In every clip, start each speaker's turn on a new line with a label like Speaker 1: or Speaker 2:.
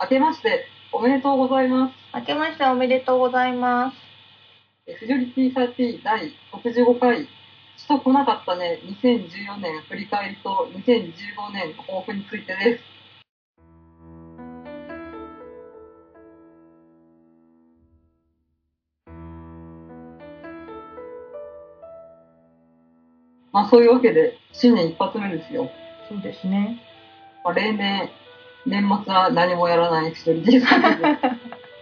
Speaker 1: 明けましておめでとうございます。
Speaker 2: 明けましておめでとうございます。
Speaker 1: えーフジョリティ30第85回、ちと来なかったね、2014年振り返りと2015年の抱負についてです。まあそういうわけで、新年一発目ですよ。
Speaker 2: そうですね。
Speaker 1: まあ、例年、年末は何もやらないフジョリティ30で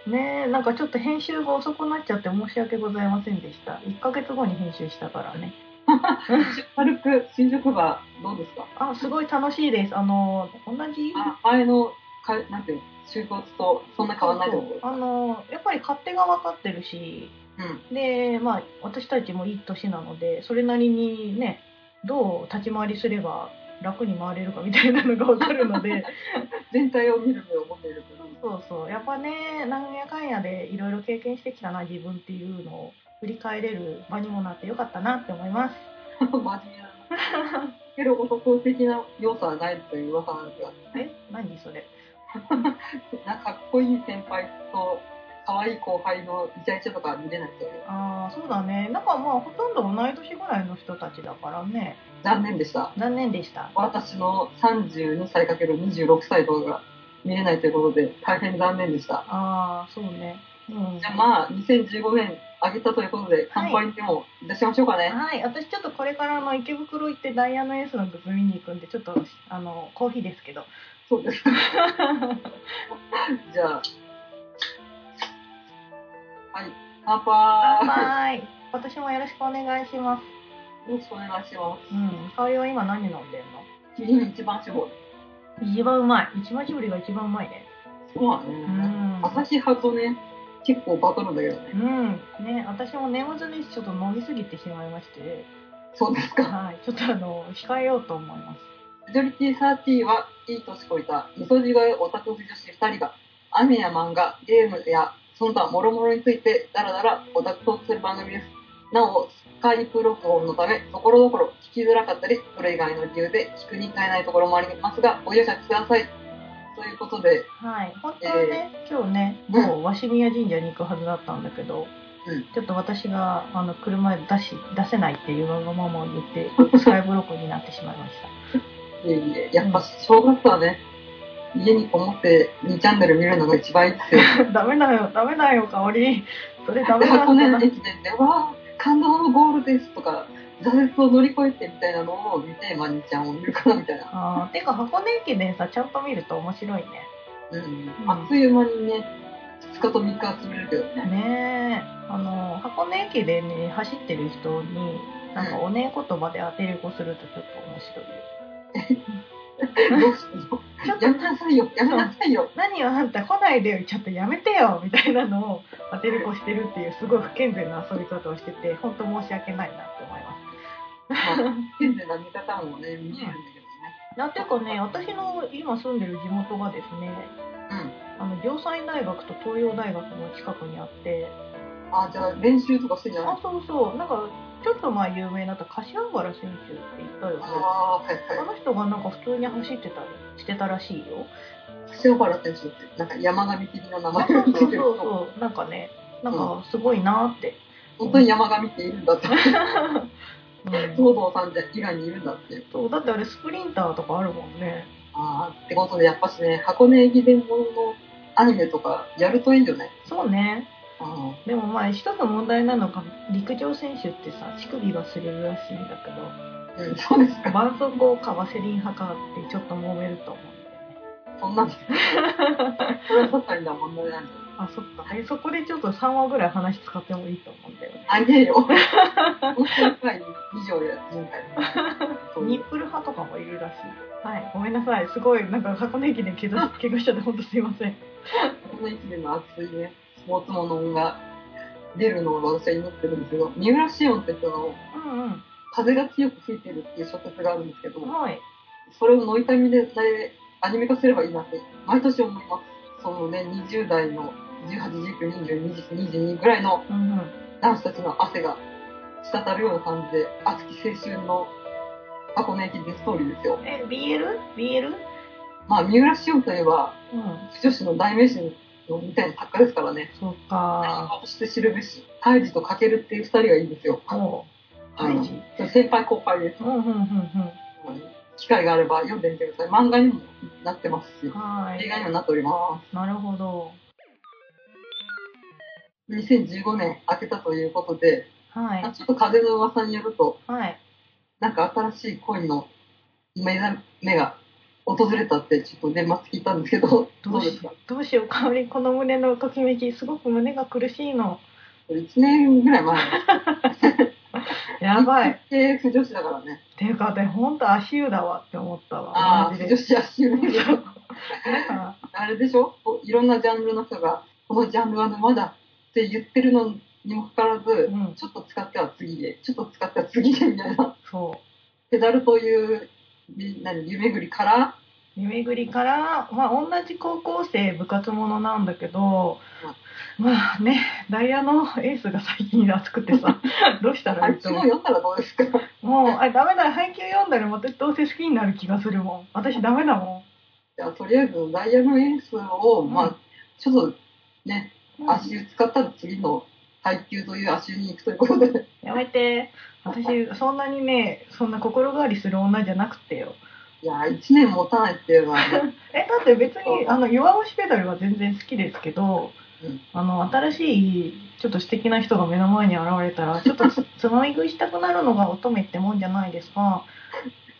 Speaker 1: す。
Speaker 2: ねえ、なんかちょっと編集が遅くなっちゃって申し訳ございませんでした。1ヶ月後に編集したからね。
Speaker 1: 軽く新宿場どうですか
Speaker 2: あ、すごい楽しいです。あの、同じ。
Speaker 1: あ前のかなんていうの就活とそんな変わらないと思う。
Speaker 2: あの、やっぱり勝手が分かってるし、
Speaker 1: うん。
Speaker 2: で、まあ、私たちもいい年なので、それなりにね、どう立ち回りすれば楽に回れるかみたいなのが分かるので、
Speaker 1: 全体を見る目を持っているけど
Speaker 2: そうそうそうやっぱねなんやかんやでいろいろ経験してきたな自分っていうのを振り返れる場にもなってよかったなって思います
Speaker 1: 真面目だな。けど男的な要素はないという噂なんですが、
Speaker 2: え何それ
Speaker 1: なんかかっこいい先輩と可愛い後輩のイチャイチャとかは見れないですよね。
Speaker 2: ああそうだねなんかまあほとんど同い年ぐらいの人たちだからね
Speaker 1: 残念でした。
Speaker 2: 残念でした
Speaker 1: 私の32歳かける26歳動画が見れないということで大変残念でした。
Speaker 2: ああそうねうん
Speaker 1: じゃあまあ2015年あげたということで乾杯でもいたしましょうかね。
Speaker 2: はい私ちょっとこれからあの池袋行ってダイヤのエースのグッズ見に行くんでちょっとあのコーヒーですけ ど
Speaker 1: そうですか。じゃあ。はい。乾
Speaker 2: 乾
Speaker 1: 杯。
Speaker 2: 杯私もよろしくお願いします
Speaker 1: よろしくお願いしま
Speaker 2: うん香りは今何飲んでんの
Speaker 1: す。キリン一番搾り。
Speaker 2: 一番うまい一番搾りが一番うまいね
Speaker 1: そうだ
Speaker 2: う
Speaker 1: ね。
Speaker 2: ん
Speaker 1: 朝日派とね、結構バトルだけどね。
Speaker 2: うんね私も年末年始ちょっと飲みすぎてしまいまして
Speaker 1: そうですか。
Speaker 2: はいちょっとあの控えようと思います
Speaker 1: メジョリティサーティは、いい年こいた、みそじがいオタク女子二人が、アニメや漫画、ゲームや、その他諸々について、だらだらオタクトークする番組です。なお、スカイプ録音のため、ところどころ聞きづらかったり、それ以外の理由で聞くに耐えないところもありますが、ご容赦ください。ということで、
Speaker 2: はい本当はね、今日ねもう鷲宮神社に行くはずだったんだけど、
Speaker 1: うん
Speaker 2: ちょっと私があの車出し出せないっていうわがままを言ってスカイブロックになってしまいました
Speaker 1: いえいえやっぱ正月はね、家にこもって2チャンネル見るのが一番いいですよ。
Speaker 2: ダメだよダメだよ香りそれダメだ
Speaker 1: 箱根
Speaker 2: な
Speaker 1: の駅 伝で、わあ、感動のゴールですとか、挫折を乗り越えてみたいなのを見て、まにちゃんを見るかなみたいな。
Speaker 2: あーてか箱根駅伝さちゃんと見ると面白いね
Speaker 1: うん。あっという間にね、2日と3日潰れるけどね。
Speaker 2: ねえあの箱根駅伝に走ってる人になんかおねえ言葉で当てる子するとちょっと面白いよ
Speaker 1: どうしよ
Speaker 2: ちょ
Speaker 1: う。や
Speaker 2: っと
Speaker 1: めなさいよ、やめなさいよ。
Speaker 2: 何よあんた来ないでよちょっとやめてよみたいなのを当てる子してるっていうすごい不健全な遊び方をしてて本当申し訳ないなって思いま
Speaker 1: まあ、健全な見方もね、見えるんだ
Speaker 2: す。なんていうかね私の今住んでる地元がですね
Speaker 1: けどね。
Speaker 2: あの城西大学と東洋大学の近くにあって
Speaker 1: うん。あ、じゃあ練習とかしてんじゃない
Speaker 2: あそうそうなんかちょっと前有名になった柏原選手って言ったよね
Speaker 1: ああ、はい
Speaker 2: あ
Speaker 1: は
Speaker 2: の人がなんか普通に走ってたりしてたらしいよ。
Speaker 1: い。塩原選手って、なんか山神的な名
Speaker 2: あ
Speaker 1: 前
Speaker 2: そ
Speaker 1: が
Speaker 2: うそう
Speaker 1: つい
Speaker 2: そう
Speaker 1: てる。
Speaker 2: そう。なんかね、なんかすごいなーって。
Speaker 1: 本当に山神っているんだ って。
Speaker 2: うん
Speaker 1: 東堂さんって以外にいるんだっていう。
Speaker 2: そうだってあれスプリンターとかあるもんね。
Speaker 1: ああ、ってことで、やっぱしね、箱根駅伝もののアニメとかやるといいよね。
Speaker 2: そうね。
Speaker 1: あ
Speaker 2: でもまあ一つ問題なのが陸上選手ってさ乳首が擦れるらしいんだけ
Speaker 1: あ、うん、そうですか。
Speaker 2: ど、絆創膏かワセリン派かってちょっと揉めると思うんだよね。
Speaker 1: そんなんです。 それは確かにな問題なんだよ。
Speaker 2: あそっか。えそこでちょっと3話ぐらい話使ってもいいと思うんだよね。
Speaker 1: あげよ。もう一回以上や、今回。そう
Speaker 2: ニップル派とかもいるらしい。はい、ごめんなさい。すごい、なんか箱根駅伝怪我怪我しちゃって、ほんとすいません。
Speaker 1: 箱根駅伝の熱いね、スポーツものが出るのを私は祈ってるんですけど、三浦紫音って人の
Speaker 2: うん
Speaker 1: 風が強く吹いてるっていう小説があるんですけど
Speaker 2: うん。、はい。
Speaker 1: それをノイタミでアニメ化すればいいなって、毎年思います。そのね、20代の18、19、20、22ぐらいの
Speaker 2: うんうん。
Speaker 1: 男子たちの汗が滴るような感じで、熱き青春の箱根駅伝ストーリーですよ。
Speaker 2: え、BL?BL?
Speaker 1: まあ、三浦紫音といえば、
Speaker 2: うん。
Speaker 1: 女子の代名詞のみたいな作家ですからね。
Speaker 2: そう
Speaker 1: あ
Speaker 2: か。
Speaker 1: そして知るべし、タイジとかけるっていう二人がいいんですよ。
Speaker 2: そ
Speaker 1: あの
Speaker 2: タイジ
Speaker 1: 先輩後輩です
Speaker 2: う。う。んうんうんう
Speaker 1: 機会があれば読んでみてください。漫画にもなってますし
Speaker 2: ん。、は
Speaker 1: 映
Speaker 2: い。
Speaker 1: 画にもなっておりま
Speaker 2: なるほど。
Speaker 1: す。2015年明けたということで、
Speaker 2: は
Speaker 1: まあ
Speaker 2: い。
Speaker 1: ちょっと風の噂によると、
Speaker 2: はい。
Speaker 1: なんか新しい恋の目覚めが訪れたって、ちょっと年末聞いたんですけど、ど
Speaker 2: どう
Speaker 1: うで
Speaker 2: し
Speaker 1: すか
Speaker 2: どうしよう、かおり、この胸のときめき、すごく胸が苦しいの。
Speaker 1: ?1 年ぐらい前。
Speaker 2: や ばい。。
Speaker 1: え不女子だからね。
Speaker 2: ていうか、で、ほんと足湯だわって思ったわ。
Speaker 1: ああ、
Speaker 2: マジ
Speaker 1: 不
Speaker 2: で
Speaker 1: 女子やし、
Speaker 2: そうだから
Speaker 1: あれでしょこういろんなジャンルの人が、このジャンルは沼だって言ってるのにもかかわらず、
Speaker 2: うん、
Speaker 1: ちょっと使っては次へ、ちょっと使っては次へみたいな、
Speaker 2: そ
Speaker 1: ペダルという、み何、夢ぐりから、
Speaker 2: う。夢ぐりから、まあ、同じ高校生部活ものなんだけど、まあね、ダイヤのエースが最近熱くてさ、どうしたら
Speaker 1: あ
Speaker 2: い
Speaker 1: っ
Speaker 2: い
Speaker 1: ち
Speaker 2: と
Speaker 1: も
Speaker 2: 思う。
Speaker 1: 読んだらどうですか
Speaker 2: もう、あ、ダメだ、配給読んだらまたどうせ好きになる気がするもん。私ダメだも
Speaker 1: じゃあ、とりあえず、ダイヤのエースを、
Speaker 2: ん。
Speaker 1: まあ、ちょっとね、
Speaker 2: うん、
Speaker 1: 足湯使ったら次の配給という足湯に行くということで、
Speaker 2: やめて。私、そんなにね、そんな心変わりする女じゃなくてよ。
Speaker 1: いやー、1年持たないっていうのは、ね、
Speaker 2: えだって別に
Speaker 1: そう
Speaker 2: あの弱押しペダルは全然好きですけど、
Speaker 1: うん
Speaker 2: あの新しいちょっと素敵な人が目の前に現れたらちょ っとつつまみ食いしたくなるのが乙女ってもんじゃないですか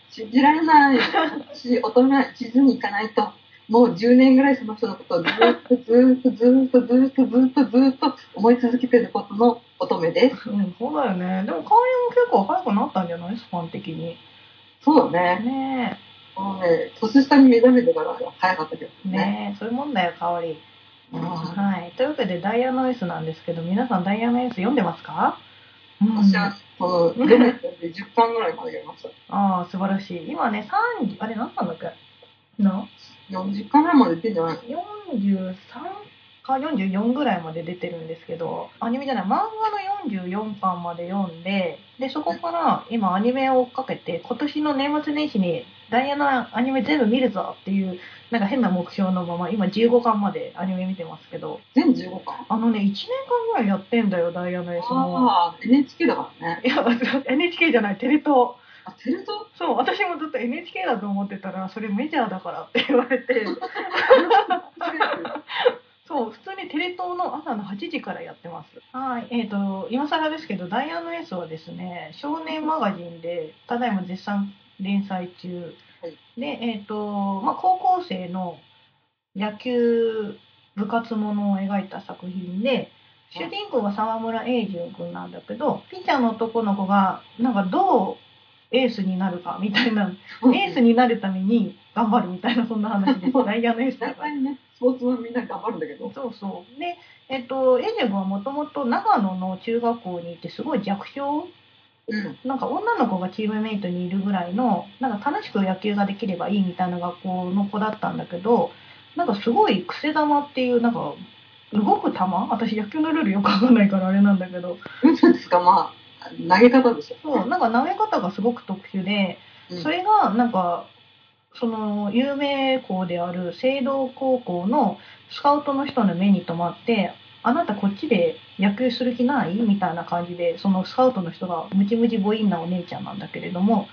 Speaker 1: 信じられないし、大人は一途に行かないと。もう10年ぐらいその人のことをずーっとずーっとずーっとずーっとずーっとずーっと思い続けてることの乙女です。
Speaker 2: うんそうだよねでも香りも結構早くなったんじゃないスパン的に
Speaker 1: そうだね。
Speaker 2: ね
Speaker 1: もうね、年下に目覚めてから早かったけ
Speaker 2: え
Speaker 1: どね。
Speaker 2: ねえそういうもんだよ香り、
Speaker 1: うん
Speaker 2: はいというわけでダイヤのエースなんですけど皆さんダイヤのエース読んでますか、うん
Speaker 1: 私は、その、読めてで10巻ぐらいまで読みました。
Speaker 2: ああ素晴らしい今ね3あれ何なんだっけな
Speaker 1: 40巻ぐらいまで出てんじゃない
Speaker 2: 43か44ぐらいまで出てるんですけどアニメじゃない漫画の44巻まで読んででそこから今アニメを追っかけて今年の年末年始にダイヤのアニメ全部見るぞっていうなんか変な目標のまま今15巻までアニメ見てますけど
Speaker 1: 全15巻
Speaker 2: あのね1年間ぐらいやってんだよダイヤのエースも。
Speaker 1: ああ、NHK だからね。
Speaker 2: いや NHK じゃないテレ東
Speaker 1: あ、テレ東
Speaker 2: そう私もずっと NHK だと思ってたらそれメジャーだからって言われてそう、普通にテレ東の朝の8時からやってます。はい、えっ、と、今更ですけど、ダイヤのエースはですね、少年マガジンで、ただいま絶賛連載中。
Speaker 1: はい
Speaker 2: で、えっ、と、まあ、高校生の野球部活ものを描いた作品で、主人公が沢村栄純君なんだけど、ピッチャーの男の子が、なんかどうエースになるかみたいな、エース
Speaker 1: に。
Speaker 2: になるために頑張るみたいな、そんな話です。ダイヤのエースだ
Speaker 1: 大
Speaker 2: から
Speaker 1: 体ね、スポーツマンみんな頑張るんだけど。
Speaker 2: そうそう。で、えっと、エジェブはもともと長野の中学校にいて、すごい弱小、
Speaker 1: うん。
Speaker 2: なんか女の子がチームメイトにいるぐらいの、なんか楽しく野球ができればいいみたいな学校の子だったんだけど、なんかすごい癖玉っていう、なんか、動く球私野球のルールよくわかんないからあれなんだけど、
Speaker 1: うん、そうですか、まあ、投げ方でしょ。
Speaker 2: そう、なんか投げ方がすごく特殊で、
Speaker 1: うん
Speaker 2: それがなんか、その有名校である聖堂高校のスカウトの人の目に留まって、あなたこっちで野球する気ないみたいな感じで、そのスカウトの人がムチムチボインなお姉ちゃんなんだけれども、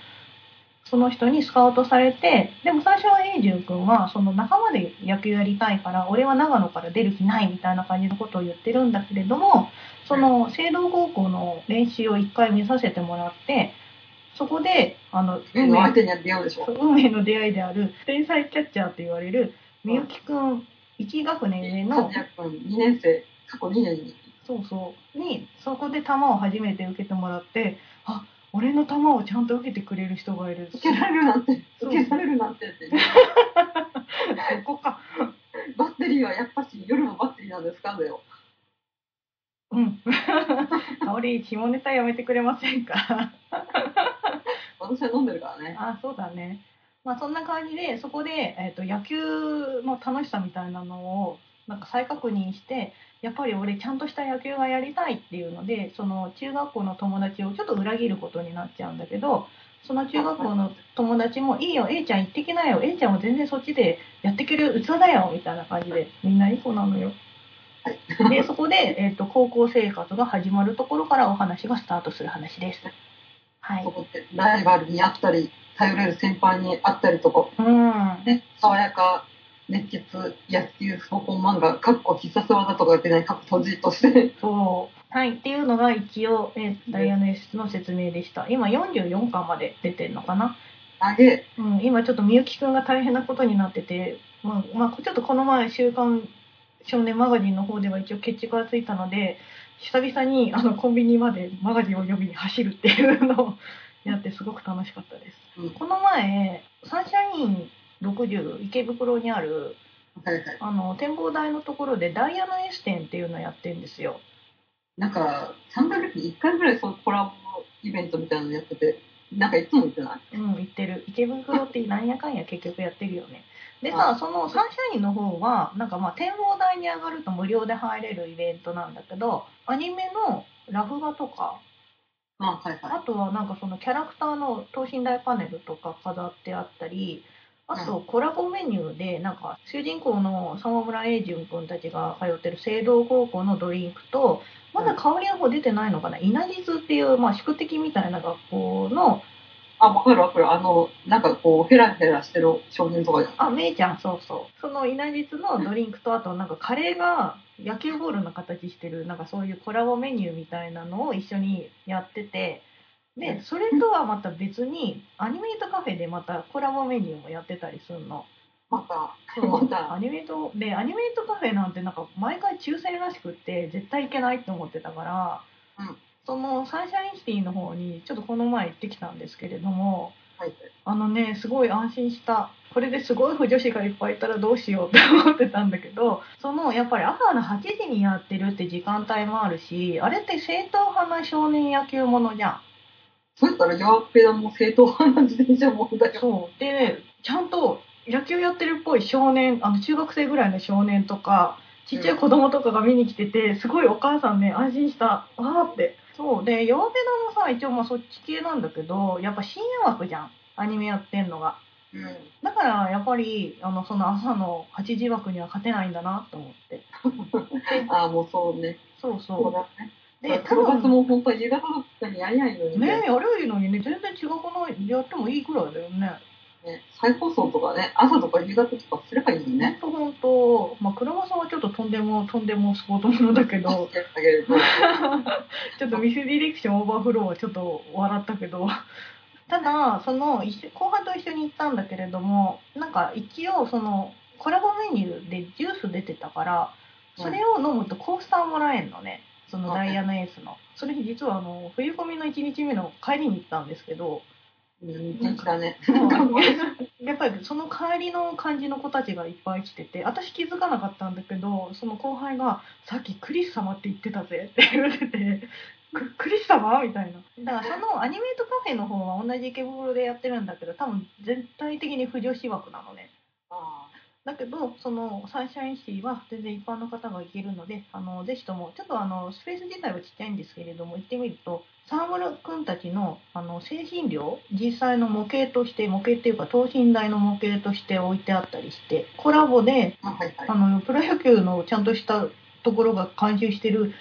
Speaker 2: その人にスカウトされて、でも最初は英純君は、その仲間で野球やりたいから、俺は長野から出る気ないみたいな感じのことを言ってるんだけれども、その聖堂高校の練習を一回見させてもらって、そこで、あの、
Speaker 1: うん相手にやってやるでしょ。
Speaker 2: 運命の出会いである 天才キャッチャーと言われるみゆきくん1学年上
Speaker 1: 和
Speaker 2: の
Speaker 1: 也君2年生過去2年に
Speaker 2: そうそうにそこで球を初めて受けてもらってあ俺の球をちゃんと受けてくれる人がいる
Speaker 1: 受けられるなんて
Speaker 2: そう
Speaker 1: 受けられるなんてって
Speaker 2: そこか
Speaker 1: バッテリーはやっぱし夜もバッテリーなんですかだよ
Speaker 2: うん 香り下ネタやめてくれませんか
Speaker 1: 私は飲んでるからね
Speaker 2: あそうだね。まあそんな感じでそこで、えー、と野球の楽しさみたいなのをなんか再確認してやっぱり俺ちゃんとした野球がやりたいっていうのでその中学校の友達をちょっと裏切ることになっちゃうんだけどその中学校の友達も「いいよ A ちゃん行ってきなよ A ちゃんも全然そっちでやってける器だよ」みたいな感じでみんないい子なのよ。でそこで、えっと高校生活が始まるところからお話がスタートする話です。はい
Speaker 1: そ、こってライバルにあったり頼れる先輩にあったりとか、
Speaker 2: うん
Speaker 1: ね、爽やか熱血野球スポコン漫画かっこ必殺技とかが出ないかっこ閉じとして
Speaker 2: そう。はい。っていうのが一応、えーダイヤの S の説明でした。今44巻まで出てるのかな。
Speaker 1: 投げ
Speaker 2: うん。今ちょっとみゆきくんが大変なことになってて、まあ、まあ、ちょっとこの前、週刊少年マガジンの方では一応決着がついたので、久々にあ のコンビニまでマガジンを呼びに走るっていうのを やってすごく楽しかったです。
Speaker 1: うん
Speaker 2: この前、サンシャイン60池袋にある
Speaker 1: はいはい
Speaker 2: あの展望台のところでダイヤの S 店っていうのをやってるんですよ。
Speaker 1: なんか3ヶ月に1回ぐらいそのコラボイベントみたいなのやっててなんかいつも言ってない
Speaker 2: うん、行ってる池袋ってなんやかんや結局やってるよねでさそのサンシャインの方はなんかまあ展望台に上がると無料で入れるイベントなんだけどアニメのラフ画とか
Speaker 1: あはいはい
Speaker 2: あとはなんかそのキャラクターの等身大パネルとか飾ってあったりあとコラボメニューでなんか主人公の沢村栄純君たちが通ってる青道高校のドリンクとまだ香りの方出てないのかな稲地図っていうまあ宿敵みたいな学校の
Speaker 1: あわかるわかるあのなんかこうヘラヘラしてる少年とかじゃん
Speaker 2: あ、めいちゃん、そうそう。その稲実のドリンクと、あとなんかカレーが野球ボールの形してる、なんかそういうコラボメニューみたいなのを一緒にやってて、で、それとはまた別に、アニメートカフェでまたコラボメニューもやってたりするの。
Speaker 1: また
Speaker 2: そう
Speaker 1: また
Speaker 2: アニメート、で、アニメートカフェなんてなんか毎回抽選らしくって、絶対行けないと思ってたから、
Speaker 1: うん
Speaker 2: そのサンシャインシティの方にちょっとこの前行ってきたんですけれども、
Speaker 1: はい
Speaker 2: あのね、すごい安心した。これですごい不女子がいっぱいいたらどうしようって思ってたんだけど、そのやっぱり朝の8時にやってるって時間帯もあるし、あれって正統派な少年野球ものじゃん。
Speaker 1: そうやったらジャーペダも正統派な自転車もんだよ
Speaker 2: そう。で、ちゃんと野球やってるっぽい少年、あの中学生ぐらいの少年とか、ちっちゃい子供とかが見に来てて、すごいお母さんね、安心した。わーって。そう。で、弱ペダもさ、一応まあそっち系なんだけど、やっぱ深夜枠じゃん。アニメやってんのが。
Speaker 1: うん
Speaker 2: だからやっぱりあのその朝の8時枠には勝てないんだなと思って
Speaker 1: ああもうそうね
Speaker 2: そう
Speaker 1: そう
Speaker 2: そ
Speaker 1: だね
Speaker 2: う
Speaker 1: で
Speaker 2: で
Speaker 1: プ
Speaker 2: 多
Speaker 1: ロバス
Speaker 2: 分
Speaker 1: も本当は夕方とかにやりゃいいのに
Speaker 2: ねやればいいのにね全然違くないやってもいいくらいだよね
Speaker 1: ね再放送とかね朝とか夕方とかすればいいのにね
Speaker 2: ほんとほんとまあ車さんはちょっととんでもとんでもスポートものだけど
Speaker 1: やってあげると
Speaker 2: ちょっとミスディレクションオーバーフローはちょっと笑ったけどただその一緒後半と一緒に行ったんだけれどもなんか一応そのコラボメニューでジュース出てたからそれを飲むとコースターもらえるのね、そのダイヤのエースの。それ実はあの冬込みの1日目の帰りに行ったんですけど、
Speaker 1: うん元気だね
Speaker 2: やっぱりその帰りの感じの子たちがいっぱい来てて、私気づかなかったんだけど、その後輩が、さっきクリス様って言ってたぜって言われてて、ククリス様みたいな。だからそのアニメートカフェの方は同じ池袋でやってるんだけど、多分全体的に不女子枠なのね。
Speaker 1: あ
Speaker 2: だけど、そのサンシャインシティは全然一般の方が行けるので、あのぜひとも、ちょっとあのスペース自体はちっちゃいんですけれども、行ってみると、沢村君たちのあの製品量、実際の模型として、模型っていうか、等身大の模型として置いてあったりして、コラボで
Speaker 1: ーあはいはい
Speaker 2: あのプロ野球のちゃんとしたところが監修してる、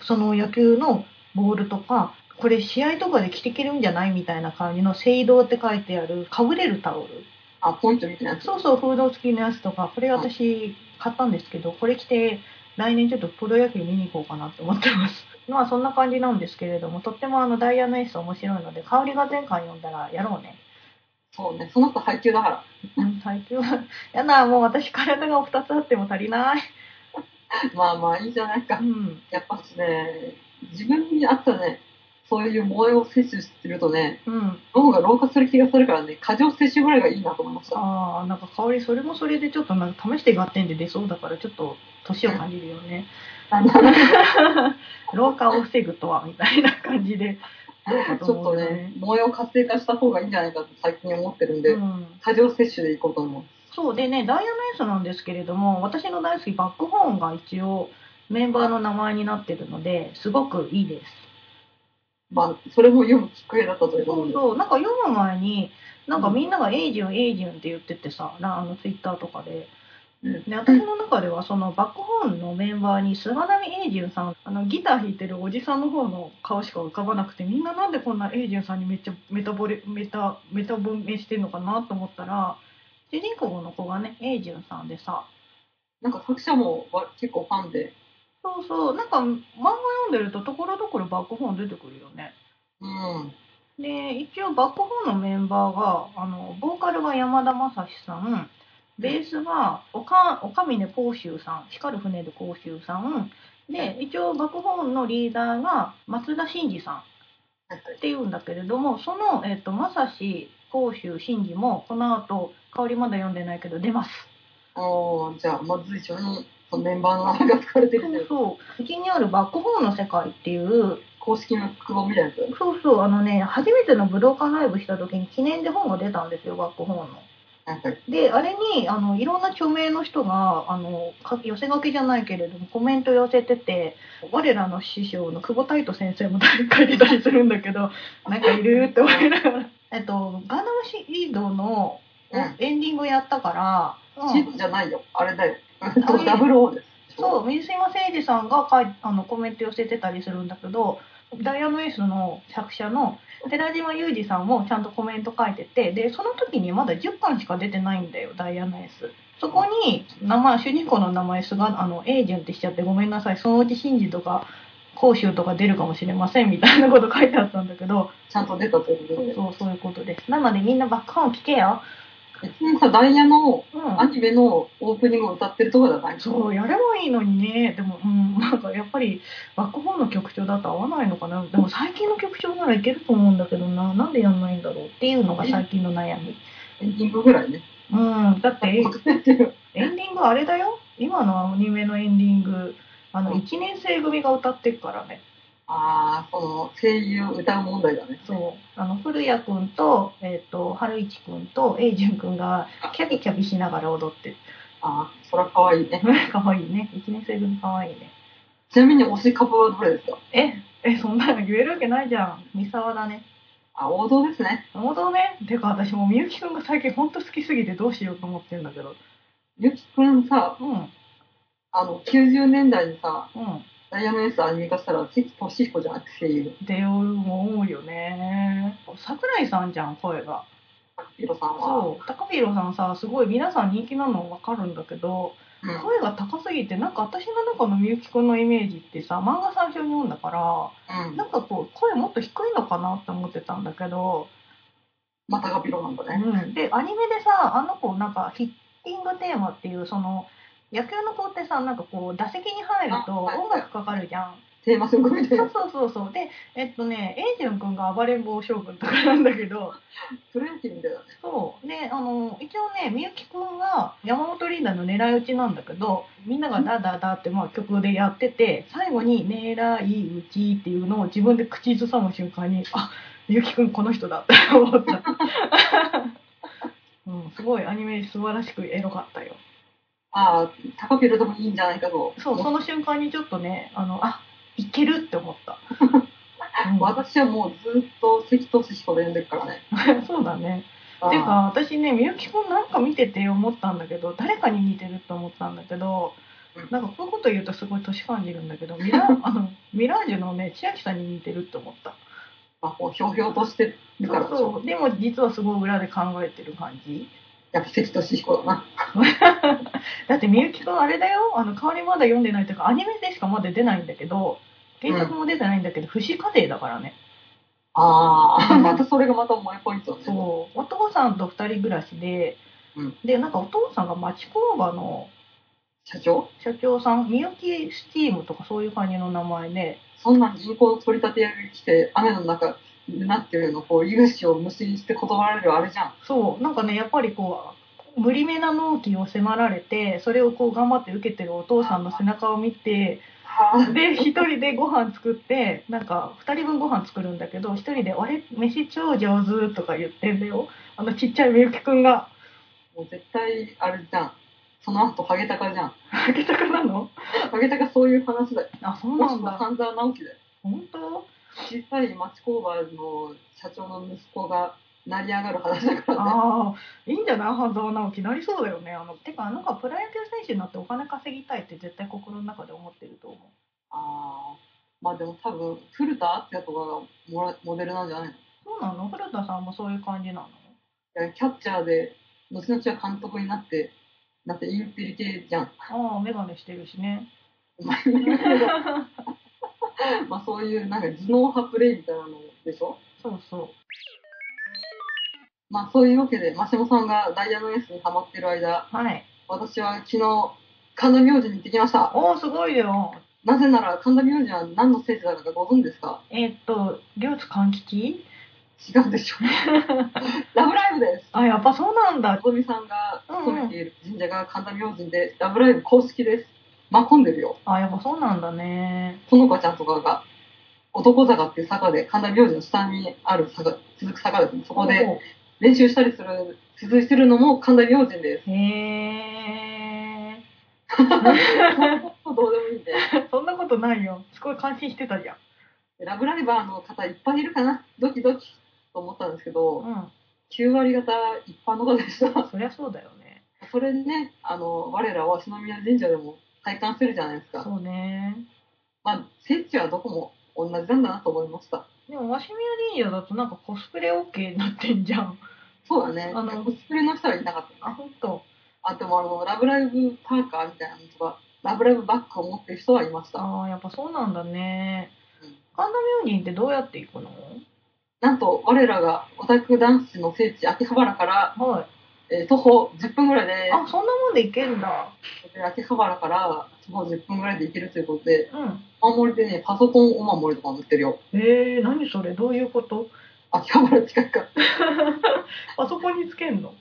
Speaker 2: その野球のボールとか、これ、試合とかで着ていけるんじゃないみたいな感じの、聖堂って書いてある、かぶれるタオル。
Speaker 1: あポンチョみたいなやつ
Speaker 2: そうそう、フード付きのやつとか、これ私買ったんですけど、これ着て来年ちょっとプロ野球見に行こうかなと思ってます。 まあそんな感じなんですけれども、とってもあのダイヤのエース面白いので、香りが前回読んだらやろうね。
Speaker 1: そうねその後配給だから
Speaker 2: うん、最強。 やだ、もう私体が2つあっても足りない。
Speaker 1: まあまあいいじゃないか
Speaker 2: うん。
Speaker 1: やっぱしね自分に合ったねそういう萌えを摂取してるとね
Speaker 2: うん。
Speaker 1: 脳が老化する気がするからね過剰摂取ぐらいがいいなと思いました
Speaker 2: ああ、なんか香りそれもそれでちょっとなんか試して合点で出そうだからちょっと年を感じるよね。老化を防ぐとはみたいな感じで。どうか
Speaker 1: ち
Speaker 2: と
Speaker 1: ょっ
Speaker 2: 思
Speaker 1: と
Speaker 2: うけど
Speaker 1: ね。萌えを活性化した方がいいんじゃないかと最近思ってるんで、
Speaker 2: うん。
Speaker 1: 過剰摂取でいこうと思う
Speaker 2: そうでね、ダイヤのエースなんですけれども、私の大好きバックホーンが一応メンバーの名前になってるので、すごくいいです。
Speaker 1: まあ、それも読むきっかけだったというこ
Speaker 2: そ
Speaker 1: と
Speaker 2: う
Speaker 1: で。
Speaker 2: そうなんか読む前になんかみんなが「エイジュンエイジュン」って言っててさなあのツイッターとかで
Speaker 1: うん
Speaker 2: で私の中ではそのバックホーンのメンバーに菅波エイジュンさんあのギター弾いてるおじさんの方の顔しか浮かばなくてみんななんでこんなエイジュンさんにめっちゃメタボレメタメタボメしてんのかなと思ったら主人公の子がねエイジュンさんでさ
Speaker 1: なんか作者もわ結構ファンで、
Speaker 2: そうそうなんか漫画読んでるとところどころバックホーン出てくるよね
Speaker 1: うん。
Speaker 2: で一応バックホーンのメンバーがあのボーカルが山田雅史さんベースがおかおかみねこうしゅうさん光る船でこうしゅうさんで一応バックホーンのリーダーが松田真二さん
Speaker 1: はいはい
Speaker 2: っていうんだけれどもその、えっと雅史こうしゅう真二もこの後香りまだ読んでないけど出ます。
Speaker 1: ああ、じゃあ、まあ、随所にそのメンバーの名前が使われてる
Speaker 2: そ
Speaker 1: というう
Speaker 2: そう先にあるバックホーンの世界っていう
Speaker 1: 公式の複合みたいなやつ。
Speaker 2: そうそうあのね初めての武道館ライブした時に記念で本が出たんですよバックホーンの。
Speaker 1: はいはい。
Speaker 2: であれにあのいろんな著名の人があのか寄せ書きじゃないけれどもコメント寄せてて我らの師匠の久保太斗先生も誰か書いてたりするんだけど なんかいるって思いながらえっと「ガンダムシードの」
Speaker 1: うん
Speaker 2: エンディングやったから、
Speaker 1: シートじゃないよ。あれだよ。
Speaker 2: あれ
Speaker 1: ダブルオーです。
Speaker 2: そう水島誠二さんが書いあのコメント寄せてたりするんだけど「ダイヤのエース」の作者の寺島裕二さんもちゃんとコメント書いててでその時にまだ10巻しか出てないんだよ「ダイヤのエース」そこに名前主人公の名前すがあのエイジュンってしちゃってごめんなさいそのうち真珠とか甲州とか出るかもしれませんみたいなこと書いてあったんだけど
Speaker 1: ちゃんと出たというこ
Speaker 2: そ
Speaker 1: と
Speaker 2: う
Speaker 1: で。
Speaker 2: そうそういうことですなのでみんなバックホーン聞けよ、
Speaker 1: 別にさ、ダイヤの
Speaker 2: う
Speaker 1: ア
Speaker 2: ん、
Speaker 1: ニメのオープニングを歌ってるとこじゃない。
Speaker 2: そううやればいいのにねでもうんなんかやっぱりバックホーンの曲調だと合わないのかなでも最近の曲調ならいけると思うんだけどななんでやんないんだろうっていうのが最近の悩み
Speaker 1: エンディングぐらいね。
Speaker 2: うん だって
Speaker 1: 僕たちが
Speaker 2: エンディングあれだよ今のアニメのエンディングあの
Speaker 1: うん
Speaker 2: 1年生組が歌ってるからね
Speaker 1: ああ、その声優歌う問題だね。
Speaker 2: そうあの古谷君と,、えー、と春一君と栄純君がキャビキャビしながら踊ってる
Speaker 1: ああ、そら可愛いね。
Speaker 2: かわいいね1年生組かわいいね
Speaker 1: ちなみに推し株はどれですか
Speaker 2: ええそんなの言えるわけないじゃん三沢だね
Speaker 1: あ、王道ですね。
Speaker 2: なるほどね。てか私もうみゆきくんが最近ほんと好きすぎてどうしようと思ってんだけど。
Speaker 1: ゆきくんさ、
Speaker 2: うん。うん。
Speaker 1: あの、90年代にさ、ダイヤのエースアニメ化したら関俊彦じゃなくて声優、
Speaker 2: 出ようも思うよね。桜井さんじゃん、声が。
Speaker 1: ヒロさんは。
Speaker 2: そう。高飛さんさ、すごい皆さん人気なのわかるんだけど、
Speaker 1: うん
Speaker 2: 声が高すぎて、なんか私の中のみゆきくんのイメージってさ、漫画最初に読んだから、
Speaker 1: うん
Speaker 2: なんかこう、声もっと低いのかなって思ってたんだけど、
Speaker 1: またがピロなんだね。
Speaker 2: うん、でアニメでさあの子なんかヒッティングテーマっていうその野球の子ってさなんかこう打席に入ると
Speaker 1: あはい
Speaker 2: 音楽かかるじゃん、
Speaker 1: テーマソング みたい
Speaker 2: そう
Speaker 1: な。
Speaker 2: そうそうそうでえっとねエイジュン君が暴れん坊将軍とかなんだけど
Speaker 1: プロ野球みたいだね。
Speaker 2: そうであの一応ねみゆき君が山本リーダーの狙い撃ちなんだけどみんなが「ダダダ」ってまあ曲でやってて最後に「狙い撃ち」っていうのを自分で口ずさむ瞬間に「あみゆき君この人だ」って思った、 うん、すごいアニメ素晴らしくエロかったよ
Speaker 1: ああ、高ピロでもいいんじゃないかと。
Speaker 2: そうその瞬間にちょっとねあのあいけるって 思った、うん
Speaker 1: 私はもうずっと関俊彦で呼んでるからね。
Speaker 2: そうだね
Speaker 1: ああ
Speaker 2: ていうか私ねみゆきくんなんか見てて思ったんだけど誰かに似てると思ったんだけど
Speaker 1: うん
Speaker 2: なんかこういうこと言うとすごい年感じるんだけどミラ あのミラージュのね千秋さんに似てるって思った
Speaker 1: まあ、こうひょうひょうとしてるからでし
Speaker 2: そうそ
Speaker 1: ょ。
Speaker 2: うでも実はすごい裏で考えてる感じ
Speaker 1: やっぱ関俊彦 だな。
Speaker 2: だってみゆきくんあれだよあの代わりまだ読んでないというかアニメでしかまだ出ないんだけど原作も出てないんだけど、不死家庭だからね
Speaker 1: ああ、
Speaker 2: う ん
Speaker 1: またそれがまた萌えポイントだね。
Speaker 2: そうお父さんと二人暮らしで、
Speaker 1: うん
Speaker 2: でなんかお父さんが町工場の
Speaker 1: 社長
Speaker 2: 社長さんみゆきスチームとかそういう感じの名前で
Speaker 1: そんな銀行の取り立て屋に来て、雨の中、なっていうのをこう、融資を無視にして断られるあれじゃん。
Speaker 2: そうなんかねやっぱりこう無理めな納期を迫られてそれをこう頑張って受けてるお父さんの背中を見て
Speaker 1: は
Speaker 2: で一人でご飯作ってなんか2人分ご飯作るんだけど一人で「俺飯超上手」とか言ってんだよあのちっちゃいみゆきくんが
Speaker 1: もう絶対、あれじゃん。その後、ハゲタカじゃん。
Speaker 2: 「ハゲタカなの
Speaker 1: ハゲタカそういう話だよ。
Speaker 2: あそう
Speaker 1: も
Speaker 2: な
Speaker 1: し
Speaker 2: ん
Speaker 1: くは
Speaker 2: だ
Speaker 1: 半沢直樹だよ。
Speaker 2: 本当
Speaker 1: 小さい町工場の社長の息子が成り上がる話だからね。
Speaker 2: ああ、いいんじゃない半沢直樹。なりそうだよね。あの、てか、あの子はプロ野球選手になってお金稼ぎたいって絶対心の中で思ってると思う。
Speaker 1: ああまあでも多分、古田敦也とかがモラモデルなんじゃないのい
Speaker 2: そうなの古田さんもそういう感じなの
Speaker 1: やキャッチャーで、後々は監督になって、なってインテリ系じゃん。
Speaker 2: ああ、メガネしてるしね。
Speaker 1: まあまあそういうなんか頭脳派プレイみたいなのでしょ
Speaker 2: そうそう。
Speaker 1: まあそういうわけで、マシモさんがダイヤのエースにハマってる間、
Speaker 2: はい。
Speaker 1: 私は昨日、神田明神に行ってきました。
Speaker 2: おお、すごいよ。
Speaker 1: なぜなら神田明神は何の聖地なのかご存知ですか
Speaker 2: えーっと、両津勘吉
Speaker 1: 違うでしょラブライブです
Speaker 2: あ、やっぱそうなんだ。
Speaker 1: 小泉さんが勤めている神社が神田明神で、ラブライブ公式です。まあ混んでるよ。
Speaker 2: あ、やっぱそうなんだね。
Speaker 1: ほのかちゃんとかが、男坂っていう坂で、神田明神の下にある坂、続く坂ですね。そこで練習したりする、続いてるのも神田明神です。
Speaker 2: お。へえ。
Speaker 1: そんなことどうでもいいんで。
Speaker 2: そんなことないよ。すごい感心してたじゃん。
Speaker 1: ラブライバーの方いっぱいいるかなドキドキと思ったんですけど、
Speaker 2: うん。
Speaker 1: 9割方一般の方でした。
Speaker 2: そりゃそうだよね。
Speaker 1: それね、あの、我らは篠宮神社でも体感するじゃないですか。
Speaker 2: そうね。
Speaker 1: まあ、聖地はどこも同じなんだなと思いました。
Speaker 2: でも、鷲宮神社だとなんかコスプレ OK になってんじゃん。
Speaker 1: そうだね。
Speaker 2: あの
Speaker 1: コスプレの人はいなかった
Speaker 2: あ、
Speaker 1: な。
Speaker 2: ほんと。
Speaker 1: あ、でもあの、ラブライブパーカーみたいなのとか、ラブライブバッグを持ってる人はいました。
Speaker 2: ああ、やっぱそうなんだね
Speaker 1: うん。
Speaker 2: 神田明神ってどうやって行くの
Speaker 1: なんと、我らがオタク男子の聖地、秋葉原から、
Speaker 2: はい。
Speaker 1: えー徒歩10分ぐらいで
Speaker 2: あ、そんなもんで行けんだ。
Speaker 1: で秋葉原から徒歩10分ぐらいで行けるということで、
Speaker 2: う
Speaker 1: お守りでね、パソコンお守りとかも売ってるよ。
Speaker 2: ん。えー、何それどういうこと
Speaker 1: 秋葉原近くか。
Speaker 2: パソコンにつけんの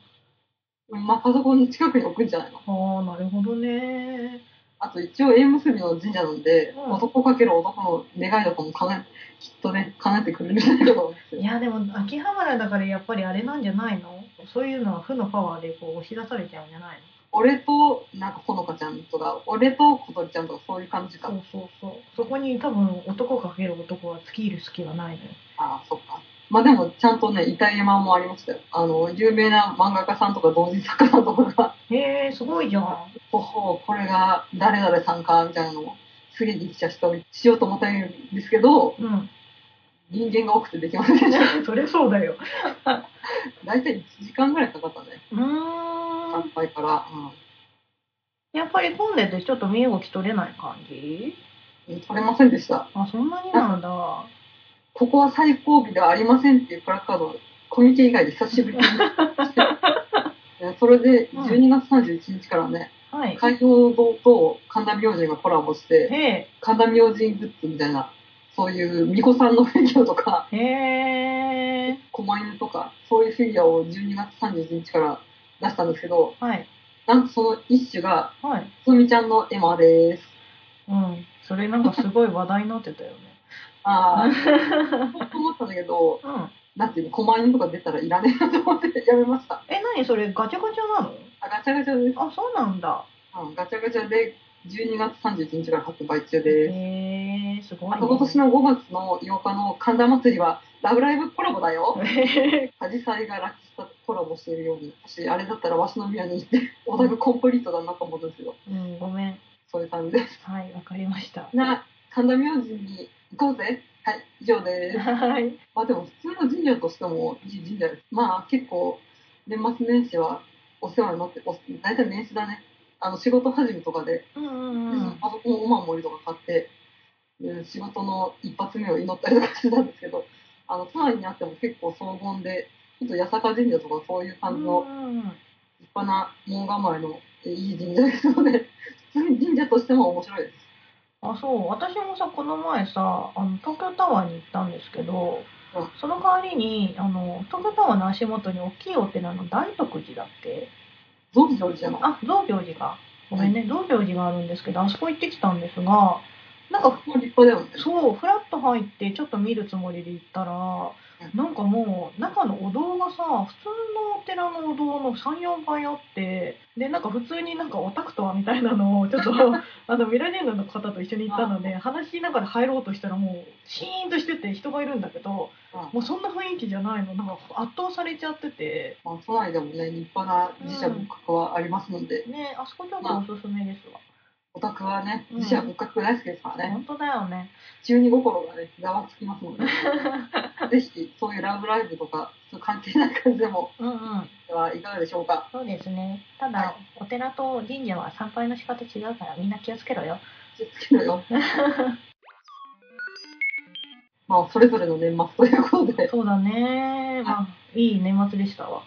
Speaker 1: うんまあ、パソコンの近くに置くんじゃないの
Speaker 2: ああ、なるほどね。
Speaker 1: あと一応、縁結びの神社なんで、
Speaker 2: うん
Speaker 1: 男かける男の願いとかも叶え、きっとね、叶えてくれるんじゃないかと思うんですよ
Speaker 2: い。や、でも、秋葉原だからやっぱりあれなんじゃないのそういうのは負のパワーでこう押し出されちゃうんじゃない
Speaker 1: 俺と、なんかほのかちゃんとか、俺と小鳥ちゃんとか、そういう感じ
Speaker 2: の
Speaker 1: か。
Speaker 2: そうそうそう。そこに多分男かける男は尽きる隙がないのよ。
Speaker 1: ああ、そっか。まあでも、ちゃんとね、イタリアマンもありましたよ。あの、有名な漫画家さんとか、同人作家さんとかが、
Speaker 2: へえー、すごいじゃん。
Speaker 1: ほほう、これが誰々さんか、みたいなのを、すげえギシャししようと思ったんですけど、
Speaker 2: うん。
Speaker 1: 人間が多くてできませんでした。
Speaker 2: それそうだよ。
Speaker 1: 大体1時間ぐらいかかったね、
Speaker 2: うーん
Speaker 1: 参。拝から。う
Speaker 2: やっぱり混んでてちょっと身動き取れない感じ
Speaker 1: ん。取れませんでした。
Speaker 2: あ、そんなになんだ。
Speaker 1: ここは最後尾ではありませんっていうプラカード、コミケ以外で久しぶりに。えそれで、12月31日からね、
Speaker 2: はい。
Speaker 1: 海洋堂と神田明神がコラボして、
Speaker 2: へ
Speaker 1: 神田明神グッズみたいな、そういう巫女さんのフィギュアとか、
Speaker 2: え。へえ。
Speaker 1: 狛犬とか、そういうフィギュアを12月31日から出したんですけど、
Speaker 2: はい。
Speaker 1: なんとその一種が、
Speaker 2: はい。
Speaker 1: つみちゃんのエマです。
Speaker 2: うん。それなんかすごい話題になってたよね。
Speaker 1: ああ、と思ったんだけど、
Speaker 2: うん。
Speaker 1: なんて いうの、狛犬とか出たらいらねえなと思ってやめました。
Speaker 2: え、なにそれガチャガチャなの
Speaker 1: あガチャガチャです。
Speaker 2: あ、そうなんだ。
Speaker 1: うん、ガチャガチャで、12月31日から発売中
Speaker 2: へ
Speaker 1: です。
Speaker 2: え、すごい、
Speaker 1: あ
Speaker 2: ね。
Speaker 1: と今年の5月の8日の神田祭りは、ラブライブコラボだよ。アジサイがラキスタとコラボしているように、私、あれだったらわしの宮に行って、オタクコンプリートだなと思うんですけど、
Speaker 2: うん、ごめん。
Speaker 1: そういう感じです。
Speaker 2: はい、わかりました。
Speaker 1: な神田明神に行こうぜはい以上です
Speaker 2: はい。
Speaker 1: まあでも普通の神社としてもいい神社ですまあ結構年末年始はお世話になってお大体年始だねあの仕事始めとかで、
Speaker 2: うんうんうん。
Speaker 1: パソコンお守りとか買って、うん仕事の一発目を祈ったりとかしてたんですけどあの都内にあっても結構荘厳でちょっと八坂神社とかそういう感じの
Speaker 2: うんうん
Speaker 1: 立派な門構えのえいい神社ですので普通に神社としても面白いです
Speaker 2: あそう私もさこの前さあの東京タワーに行ったんですけど、
Speaker 1: うん
Speaker 2: その代わりにあの東京タワーの足元に大きいお寺の大徳寺だっけ
Speaker 1: 増上寺じゃない
Speaker 2: あ増上寺がごめんね増上寺があるんですけどあそこ行ってきたんですがなんか
Speaker 1: もう立派だよね
Speaker 2: そうフラッと入ってちょっと見るつもりで行ったらなんかもう中のお堂がさ普通のお寺のお堂の34倍あってでなんか普通になんかオタクとはみたいな のをちょっとあのミラネーナの方と一緒に行ったので話しながら入ろうとしたらもうシーンとしてて人がいるんだけどもうそんな雰囲気じゃないのなんか圧倒されちゃってて
Speaker 1: まあ、都内でもね、立派な寺社仏閣はありますので、
Speaker 2: ねあそこちょっとおすすめですわ。
Speaker 1: オタクはね、
Speaker 2: うん
Speaker 1: 寺社仏閣大好きですからね、
Speaker 2: 本当だよね。
Speaker 1: 中二心がね、ざわつきます ので、ぜひ、そういうラブライブとか、そういう関係ない感じでも、
Speaker 2: うんうん。
Speaker 1: はいかがでしょうか。
Speaker 3: そうですね。ただ、
Speaker 1: はい
Speaker 3: お寺と神社は参拝の仕方違うからみんな気をつけろよ。
Speaker 1: 気をつけろよ。 まあ、それぞれの年末ということで、
Speaker 2: そうだね。まあ、いい年末でしたわ。
Speaker 1: は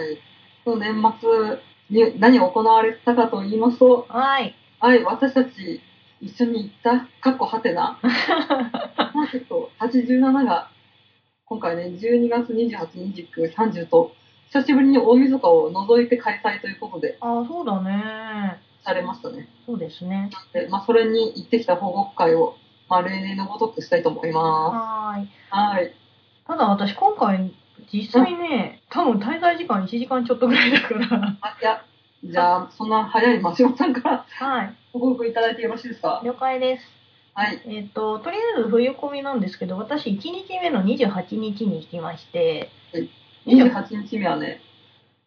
Speaker 1: い、その年末に何が行われたかと言いますと、
Speaker 2: はい。
Speaker 1: はい、私たち一緒に行った、かっこはてな、コンセプト87が、今回ね、12月28、29、30と、久しぶりに大晦日を除いて開催ということで、
Speaker 2: ああ、そうだね。
Speaker 1: されましたね。
Speaker 2: そうですね。
Speaker 1: で、まあ、それに行ってきた報告会を、まあ、例年のごとくしたいと思いま
Speaker 2: はーい。
Speaker 1: す。はい。
Speaker 2: ただ私今回、実際ね、多分滞在時間1時間ちょっとぐらいだから。
Speaker 1: あ、いや、じゃあ、そんな早い真島さんから
Speaker 2: はい。
Speaker 1: ご報告いただいてよろしいですか
Speaker 2: 了解です。
Speaker 1: はい。
Speaker 2: えっ、と、とりあえず冬込みなんですけど、私1日目の28日に行きまして、
Speaker 1: 28日目はね、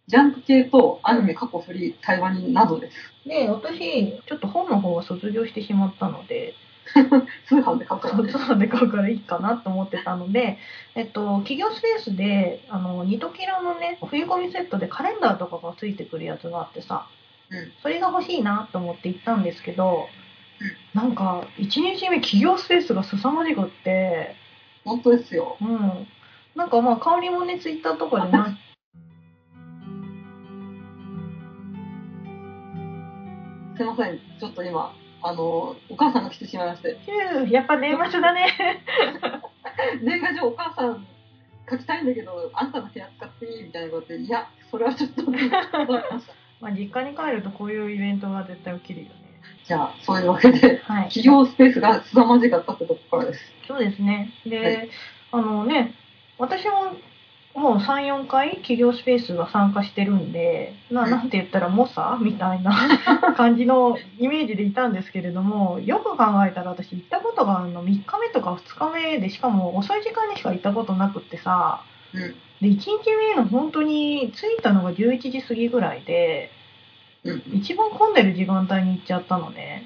Speaker 1: ジャンプ系とアニメ過去フリー、台湾人などです。
Speaker 2: で、私、ちょっと本の方は卒業してしまったので、
Speaker 1: 通販で買うから
Speaker 2: そ
Speaker 1: ね
Speaker 2: う。なんで買うからいいかなと思ってたので、えっと、企業スペースで、あの、ニトキラのね、冬込みセットでカレンダーとかがついてくるやつがあってさ、
Speaker 1: うん
Speaker 2: それが欲しいなと思って行ったんですけど、なんか、1日目企業スペースが凄まじくって、
Speaker 1: 本当ですよ。
Speaker 2: うん。なんかまあ、香りもね、ツイッターとかでな、
Speaker 1: すいません、ちょっと今、あの、お母さんが来てしまいまして、
Speaker 2: ヒュ ーやっぱ年末だね。
Speaker 1: 年賀状お母さん書きたいんだけど、あんたの部屋使っていいみたいなことで、いや、それはちょっと、断りました
Speaker 2: まあ、実家に帰るとこういうイベントが絶対起きるよね。
Speaker 1: じゃあ、そういうわけで、
Speaker 2: はい。
Speaker 1: 企業スペースが凄まじかったってとこからです。
Speaker 2: そうですね。で、
Speaker 1: はい
Speaker 2: あのね、私ももう3、4回企業スペースが参加してるんで、まあ、
Speaker 1: うん
Speaker 2: なんて言ったら、モサみた いな感じのイメージでいたんですけれども、よく考えたら私行ったことがあの3日目とか2日目で、しかも遅い時間にしか行ったことなくってさ、
Speaker 1: うん
Speaker 2: で、1日目の本当に着いたのが11時過ぎぐらいで、
Speaker 1: うん。
Speaker 2: 一番混んでる時間帯に行っちゃったのね。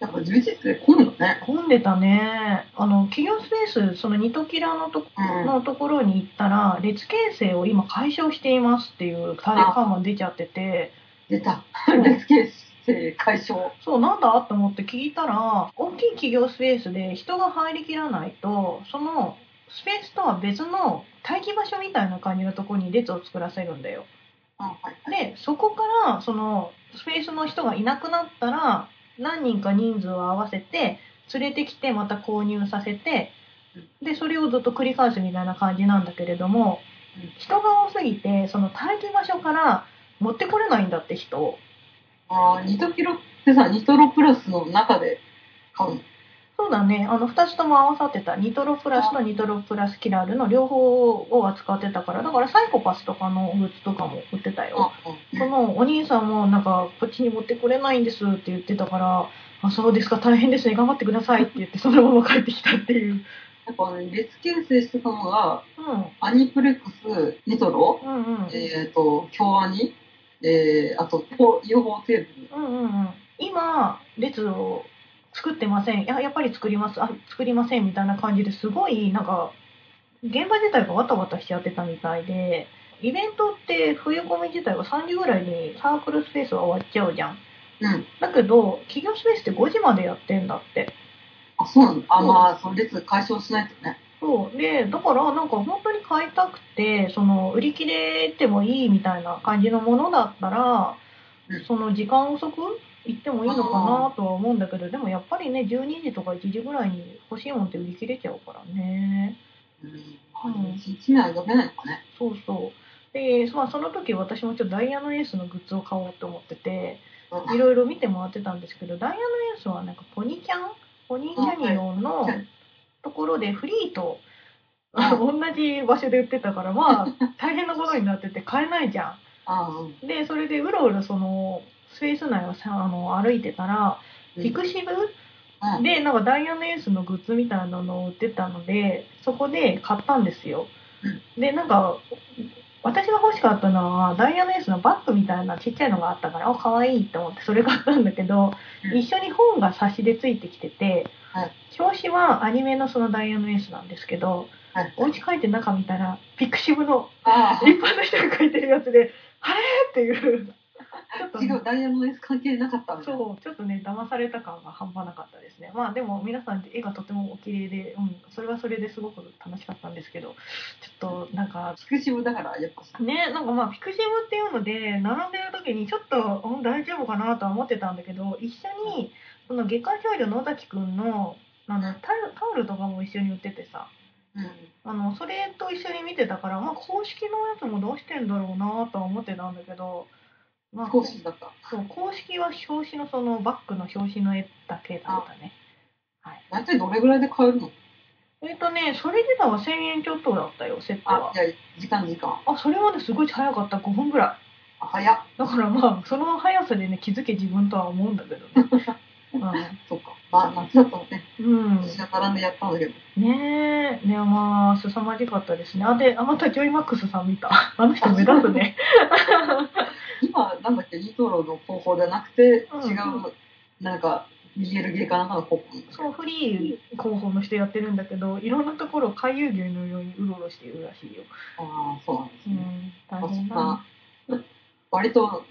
Speaker 1: やっぱ充実で混むのね。
Speaker 2: 混んでたね。あの、企業スペース、そのニトキラのとこ
Speaker 1: うん。
Speaker 2: のところに行ったら、列形成を今解消していますっていう体感が出ちゃってて、
Speaker 1: 出た。
Speaker 2: うん
Speaker 1: レス形成解消。
Speaker 2: そうなんだと思って聞いたら、大きい企業スペースで人が入りきらないと、そのスペースとは別の待機場所みたいな感じのところに列を作らせるんだよ。
Speaker 1: あはいはい。
Speaker 2: で、そこから、そのスペースの人がいなくなったら、何人か人数を合わせて、連れてきてまた購入させて、で、それをずっと繰り返すみたいな感じなんだけれども
Speaker 1: うん、
Speaker 2: 人が多すぎて、その待機場所から持ってこれないんだって人を。
Speaker 1: ああ、ニトキロってさ、ニトロプラスの中で買うの。
Speaker 2: そうだね、あの2つとも合わさってた、ニトロプラスとニトロプラスキラルの両方を扱ってたから、だからサイコパスとかのグッズとかも売ってたよ。
Speaker 1: あ
Speaker 2: そのお兄さんもなんかこっちに持ってこれないんですって言ってたから、あそうですか大変ですね頑張ってくださいって言ってそのまま帰ってきたっていう。
Speaker 1: やっぱね、列形成してたのが、
Speaker 2: うん
Speaker 1: アニプレックス、ニトロ、
Speaker 2: うんうん
Speaker 1: えっ、と、京アニ、えー、あと、こう UFO テーブ
Speaker 2: うんうんうん。今列を作ってません。いややっぱり作ります。あ作りませんみたいな感じですごいなんか現場自体がわたわたしちゃってたみたいで。イベントって冬込み自体は3時ぐらいにサークルスペースは終わっちゃうじゃん。
Speaker 1: ル。うん。
Speaker 2: だけど、企業スペースって5時までやってんだって。
Speaker 1: あ、そうなんだ。あ、
Speaker 2: そう
Speaker 1: まあ、その列解消しないとね。
Speaker 2: そうでだからなんか本当に買いたくてその売り切れてもいいみたいな感じのものだったら、
Speaker 1: うん
Speaker 2: その時間遅く行ってもいいのかなとは思うんだけどでもやっぱりね12時とか1時ぐらいに欲しいもんって売り切れちゃうからね
Speaker 1: うん。
Speaker 2: うん
Speaker 1: 一日目は読めないのかね。
Speaker 2: そうそうで、まあ、その時私もちょっとダイヤのエースのグッズを買おうと思ってて
Speaker 1: うん
Speaker 2: いろいろ見て回ってたんですけどダイヤのエースはなんかポニキャンポニーキャニオンのところでフリーと同じ場所で売ってたからまあ大変なことになってて買えないじゃ
Speaker 1: ああ、うん
Speaker 2: んでそれでうろうろそのスペース内をさあの歩いてたら
Speaker 1: うん
Speaker 2: ピクシブ
Speaker 1: うん
Speaker 2: でなんかダイヤのエースのグッズみたいなのを売ってたのでそこで買ったんですよでなんか私が欲しかったのはダイヤのエースのバッグみたいなちっちゃいのがあったからあ可愛いと思ってそれ買ったんだけど、
Speaker 1: うん
Speaker 2: 一緒に本が冊子でついてきてて、
Speaker 1: はい
Speaker 2: 表紙はアニメのそのダイヤのエースなんですけど
Speaker 1: はい
Speaker 2: お家帰って中見たらピクシブの
Speaker 1: あ
Speaker 2: 一般の人が書いてるやつであれっていうちょっ
Speaker 1: あ、
Speaker 2: と
Speaker 1: 違
Speaker 2: ね
Speaker 1: う、ダイヤのエース関係なかったみたいな。
Speaker 2: そう、ちょっとね、騙された感が半端なかったですね。まあでも皆さん絵がとてもお綺麗で、うん、それはそれですごく楽しかったんですけど、ちょっとなんか、
Speaker 1: ピクシブだから、やっぱそう。
Speaker 2: ね、なんかまあピクシブっていうので、並んでる時にちょっと、うん、大丈夫かなとは思ってたんだけど、一緒に、その月刊少女野崎くんの、あのタオルタオルとかも一緒に売っててさ、
Speaker 1: うん。
Speaker 2: あのそれと一緒に見てたから、まあ、公式のやつもどうしてんだろうなとは思ってたんだけど、まあ、
Speaker 1: 少しだった。
Speaker 2: そう公式は表紙のそのバッグの表紙の絵だけだったね
Speaker 1: 大体どれぐらいで買えるの
Speaker 2: えっとねそれ自体は1000円ちょっとだったよセット
Speaker 1: あ
Speaker 2: は、
Speaker 1: いや、時間時間。
Speaker 2: あそれまですごい早かった5分ぐら
Speaker 1: あ、早っ。
Speaker 2: いだからまあその速さでね気づけ自分とは思うんだけ どね
Speaker 1: そっか。まあ、夏だったもんね。
Speaker 2: うん、うん
Speaker 1: 私が並んでやったんだけど。
Speaker 2: ねえねまあ凄まじかったですねあであまたジョイマックスさん 見たあの人目立つね
Speaker 1: 今、なんだっけ、リトロの方法じゃなくて、
Speaker 2: うん
Speaker 1: 違う、なんか、BL 芸かなんかの方法。
Speaker 2: そうフリー候補の人やってるんだけどいろんなところを回遊魚のようにうろうろしているらしいよ、
Speaker 1: ああ、そうなんです
Speaker 2: う
Speaker 1: ね。
Speaker 2: ん、
Speaker 1: あ
Speaker 2: 大
Speaker 1: そ
Speaker 2: 変
Speaker 1: ん
Speaker 2: だな
Speaker 1: な、割と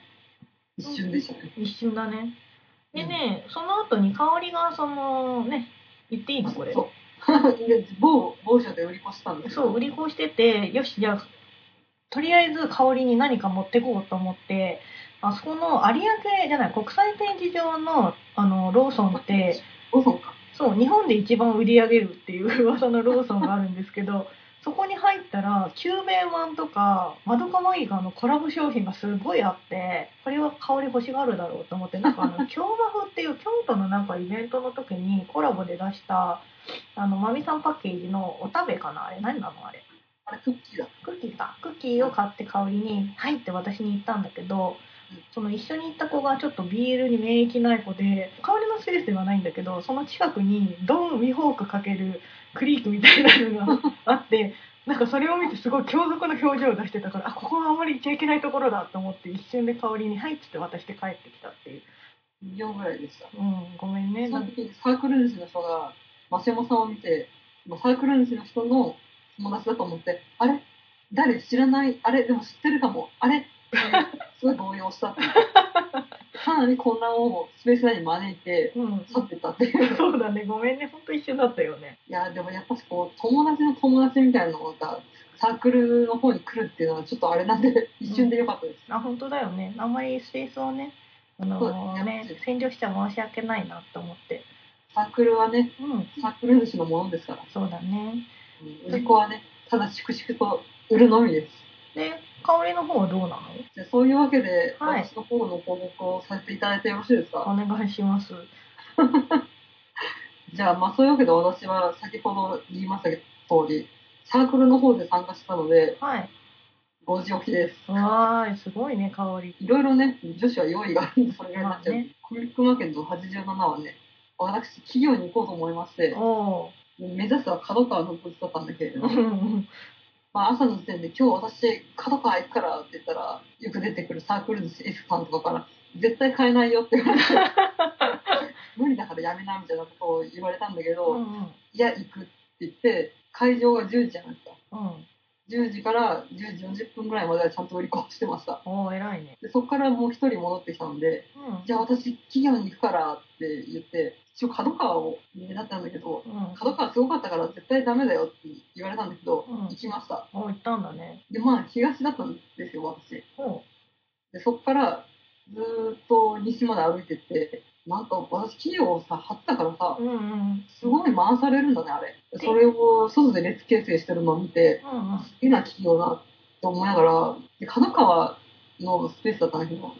Speaker 1: 一瞬でしたね。
Speaker 2: 一瞬だねでね、その後に香りがそのね言っていいのこれ
Speaker 1: そう。 で某某所で売り越したんです
Speaker 2: そう売り子しててよしじゃあとりあえず香りに何か持ってこうと思ってあそこの有明じゃない国際展示場のあのローソンって
Speaker 1: おそうか。
Speaker 2: そう日本で一番売り上げるっていう噂のローソンがあるんですけどそこに入ったらキューベイマンとかマドカマギカのコラボ商品がすごいあってこれは香り欲しがるだろうと思ってなんかあの京和風っていう京都のなんかイベントの時にコラボで出したあのまみさんパッケージのお食べかなあれ何なのあれ
Speaker 1: あれクッキーだ。
Speaker 2: クッキーかクッキーを買って香りに「はい」って私に言ったんだけど
Speaker 1: うん
Speaker 2: その一緒に行った子がちょっとビールに免疫ない子で香りのスペースではないんだけどその近くにドン・ミホークかけるクリークみたいなのが あってなんかそれを見てすごい強族の表情を出してたからあここはあまり行っちゃいけないところだと思って一瞬で香りに「はい」っつって渡して帰ってきたっていう
Speaker 1: 2秒ぐらいでした。
Speaker 2: うんごめんね
Speaker 1: そ
Speaker 2: な
Speaker 1: の
Speaker 2: んか
Speaker 1: 時にサークル主の人が、マシモさんを見て、まあサークル主の人の友達だと思って、あれ誰知らないあれでも知ってるかもあれって すごい動揺したっていうかなり混乱をスペース内に招いて、
Speaker 2: うん
Speaker 1: 去ってったっていう。
Speaker 2: そうだねごめんねほんと一瞬だったよね
Speaker 1: いや、でもやっぱしこう、友達の友達みたいなのが、サークルの方に来るっていうのはちょっとあれなんで、一瞬でよかったです。
Speaker 2: あ本当だよねあんまりスペースをねあ
Speaker 1: そ
Speaker 2: の
Speaker 1: うですね
Speaker 2: ね占領しちゃ申し訳ないなと思って
Speaker 1: サークルはね、
Speaker 2: うん
Speaker 1: サークル主のものですから。
Speaker 2: そうだね
Speaker 1: うん売り子はね、ただ粛々と売るのみです。
Speaker 2: で香りの方はどうなの
Speaker 1: じゃあそういうわけで、
Speaker 2: はい
Speaker 1: 私の方の報告をさせていただいてよろしいですか
Speaker 2: お願いします
Speaker 1: じゃあ、まあそういうわけで私は先ほど言いました通り、サークルの方で参加したので、
Speaker 2: はい
Speaker 1: 5時起きです。
Speaker 2: わーいすごいね香り
Speaker 1: いろいろね、女子は用意があるんで、それぐらいになっちゃう。
Speaker 2: まあね
Speaker 1: コミックマーケット87はね、私、企業に行こうと思いまして、
Speaker 2: おお
Speaker 1: 目指すは角川の物だったんだけれど
Speaker 2: う
Speaker 1: も、
Speaker 2: ん
Speaker 1: まあ朝の時点で、今日私、角川行くからって言ったら、よく出てくるサークル寿司 S さんとかから、絶対買えないよって言われ て、無理だからやめなみたいなことを言われたんだけ
Speaker 2: う
Speaker 1: ど、
Speaker 2: ん
Speaker 1: いや、行くって言って、会場が10時じゃないですか。
Speaker 2: うん
Speaker 1: 10時から10時40分ぐらいまではちゃんと売り子してました。
Speaker 2: おお偉いね
Speaker 1: でそこからもう一人戻ってきたので、
Speaker 2: うん
Speaker 1: じゃあ私企業に行くからって言って一応角川を狙ったんだけど
Speaker 2: うん
Speaker 1: 角川すごかったから絶対ダメだよって言われたんだけど、
Speaker 2: うん
Speaker 1: 行きました
Speaker 2: お行ったんだね
Speaker 1: でまあ東だったんですよ私
Speaker 2: お
Speaker 1: でそこからずーっと西まで歩いてってなんか私企業をさ張ったからさ
Speaker 2: うんうんうん
Speaker 1: すごい回されるんだねあれそれを外で列形成してるのを見て
Speaker 2: うん
Speaker 1: 好きな企業だと思いながらで角川のスペースだったんだけど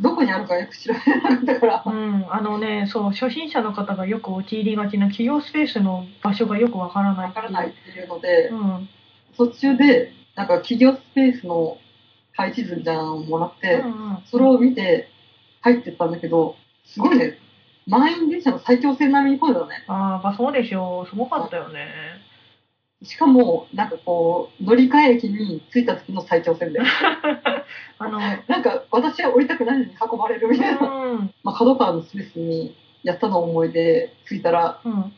Speaker 1: どこにあるかよく調べられなかったから
Speaker 2: う、ん、あのね、そう、初心者の方がよく陥りがちな企業スペースの場所がよくわからない。
Speaker 1: わからないっ。ていうので
Speaker 2: う、ん。
Speaker 1: 途中で、なんか企業スペースの配置図みたいなのをもらって、それを見て入ってったんだけど、すごいね、満員電車の最強線並みに混んでたね。
Speaker 2: ああー、やっぱそうでしょう。すごかったよね。
Speaker 1: しかも、なんかこう、乗り換え駅に着いた時の最強 線で、
Speaker 2: あの、
Speaker 1: なんか私は降りたくないのに運ばれるみたいな。
Speaker 2: うん。
Speaker 1: まあ、角川のスペースにやったのを思いで着いたら
Speaker 2: うん。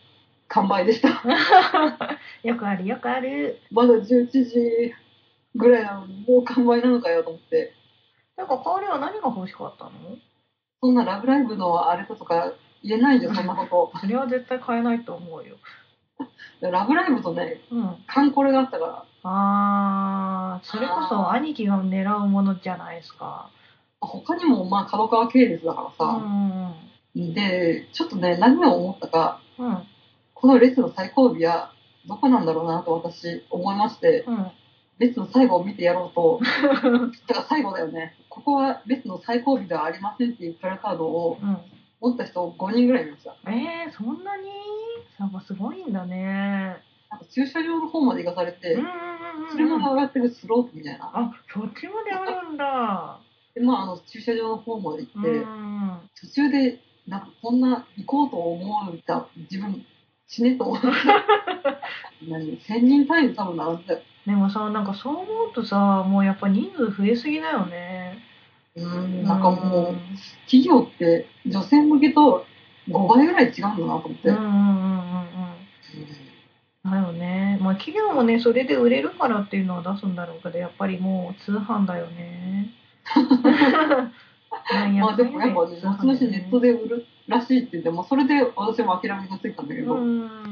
Speaker 1: 完売でした。
Speaker 2: よくある、よくある。
Speaker 1: まだ11時ぐらいなのに、もう完売なのかよと思って。
Speaker 2: なんか、香りは何が欲しかったの
Speaker 1: そんなラブライブのあれだとか言えない よ、そんなこ
Speaker 2: それは絶対買えないと思うよ。
Speaker 1: と。ラブライブとね、
Speaker 2: うん。
Speaker 1: カンコレがあったから、
Speaker 2: ああ、それこそ
Speaker 1: あー
Speaker 2: 兄貴が狙うものじゃないですか。
Speaker 1: 他にもまあ角川系列だから
Speaker 2: う
Speaker 1: さ、
Speaker 2: ん
Speaker 1: で、ちょっとね、何を思ったか、
Speaker 2: うん。うん。
Speaker 1: この列の最後尾はどこなんだろうなと私思いまして、
Speaker 2: うん。
Speaker 1: 列の最後を見てやろう と、だから最後だよね、ここは列の最後尾ではありませんっていうプラカードを
Speaker 2: うん。
Speaker 1: 持った人5人ぐらいいました。
Speaker 2: えー、そんなにやっぱすごいんだね。
Speaker 1: なんか駐車場の方まで行かされ
Speaker 2: うんう
Speaker 1: て、
Speaker 2: ん
Speaker 1: それ
Speaker 2: うんう
Speaker 1: ま
Speaker 2: ん
Speaker 1: で。上がってるスロープみたいな。
Speaker 2: あ、そっちまであるんだ。
Speaker 1: で、まあ、あの駐車場の方まで行って、
Speaker 2: うん。
Speaker 1: 途中で、なんかこんな行こうと思うた自分、死ねと思 って。何 ?1000 人単位で多分並んでたよ。
Speaker 2: でもさ、なんかそう思うとさ、もうやっぱ人数増えすぎだよね。
Speaker 1: うんなんかもう、企業って女性向けと5倍ぐらい違うんだなと思って。
Speaker 2: うんうんうんうんうん。だよね。まあ企業もね、それで売れるからっていうのは出すんだろうけど、やっぱりもう通販だよ ね。なんや
Speaker 1: まあ
Speaker 2: かん
Speaker 1: でも
Speaker 2: や
Speaker 1: やっぱね、
Speaker 2: 通販
Speaker 1: 後々ネット
Speaker 2: だよね
Speaker 1: で売るらしいって言って、もうそれで私も諦めがついたんだけ
Speaker 2: う
Speaker 1: ど。う
Speaker 2: ん。
Speaker 1: ん。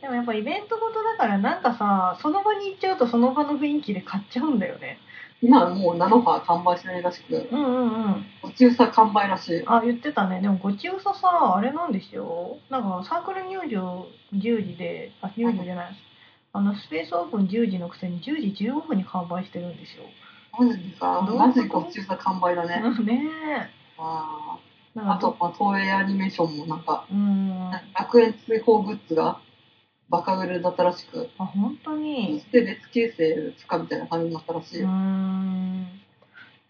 Speaker 2: でもやっぱイベントごとだからなんかさ、その場に行っちゃうとその場の雰囲気で買っちゃうんだよね。
Speaker 1: 今はもうナノファー完売しないらしく、
Speaker 2: うんうんうん。
Speaker 1: お中さ完売らしい。
Speaker 2: あ、言ってたね。でも、ごちうささ、あれなんですよ。なんか、サークル入場10時で、あ、入場じゃないあの、スペースオープン10時のくせに10時15分に完売してるんですよ。
Speaker 1: マジでさ、
Speaker 2: どういうこ
Speaker 1: マ
Speaker 2: と
Speaker 1: ジでお中さ完売だね。
Speaker 2: ね
Speaker 1: あ
Speaker 2: え。な
Speaker 1: ーあ
Speaker 2: んか
Speaker 1: と、、まあ、東映アニメーションもなんか、
Speaker 2: うーん。あ、
Speaker 1: 楽園追放グッズがバカ売れだったらしく、
Speaker 2: 本当
Speaker 1: そ
Speaker 2: に
Speaker 1: し。て列形成不可みたいな感じになったらし
Speaker 2: う
Speaker 1: い。
Speaker 2: ー
Speaker 1: うん
Speaker 2: ん。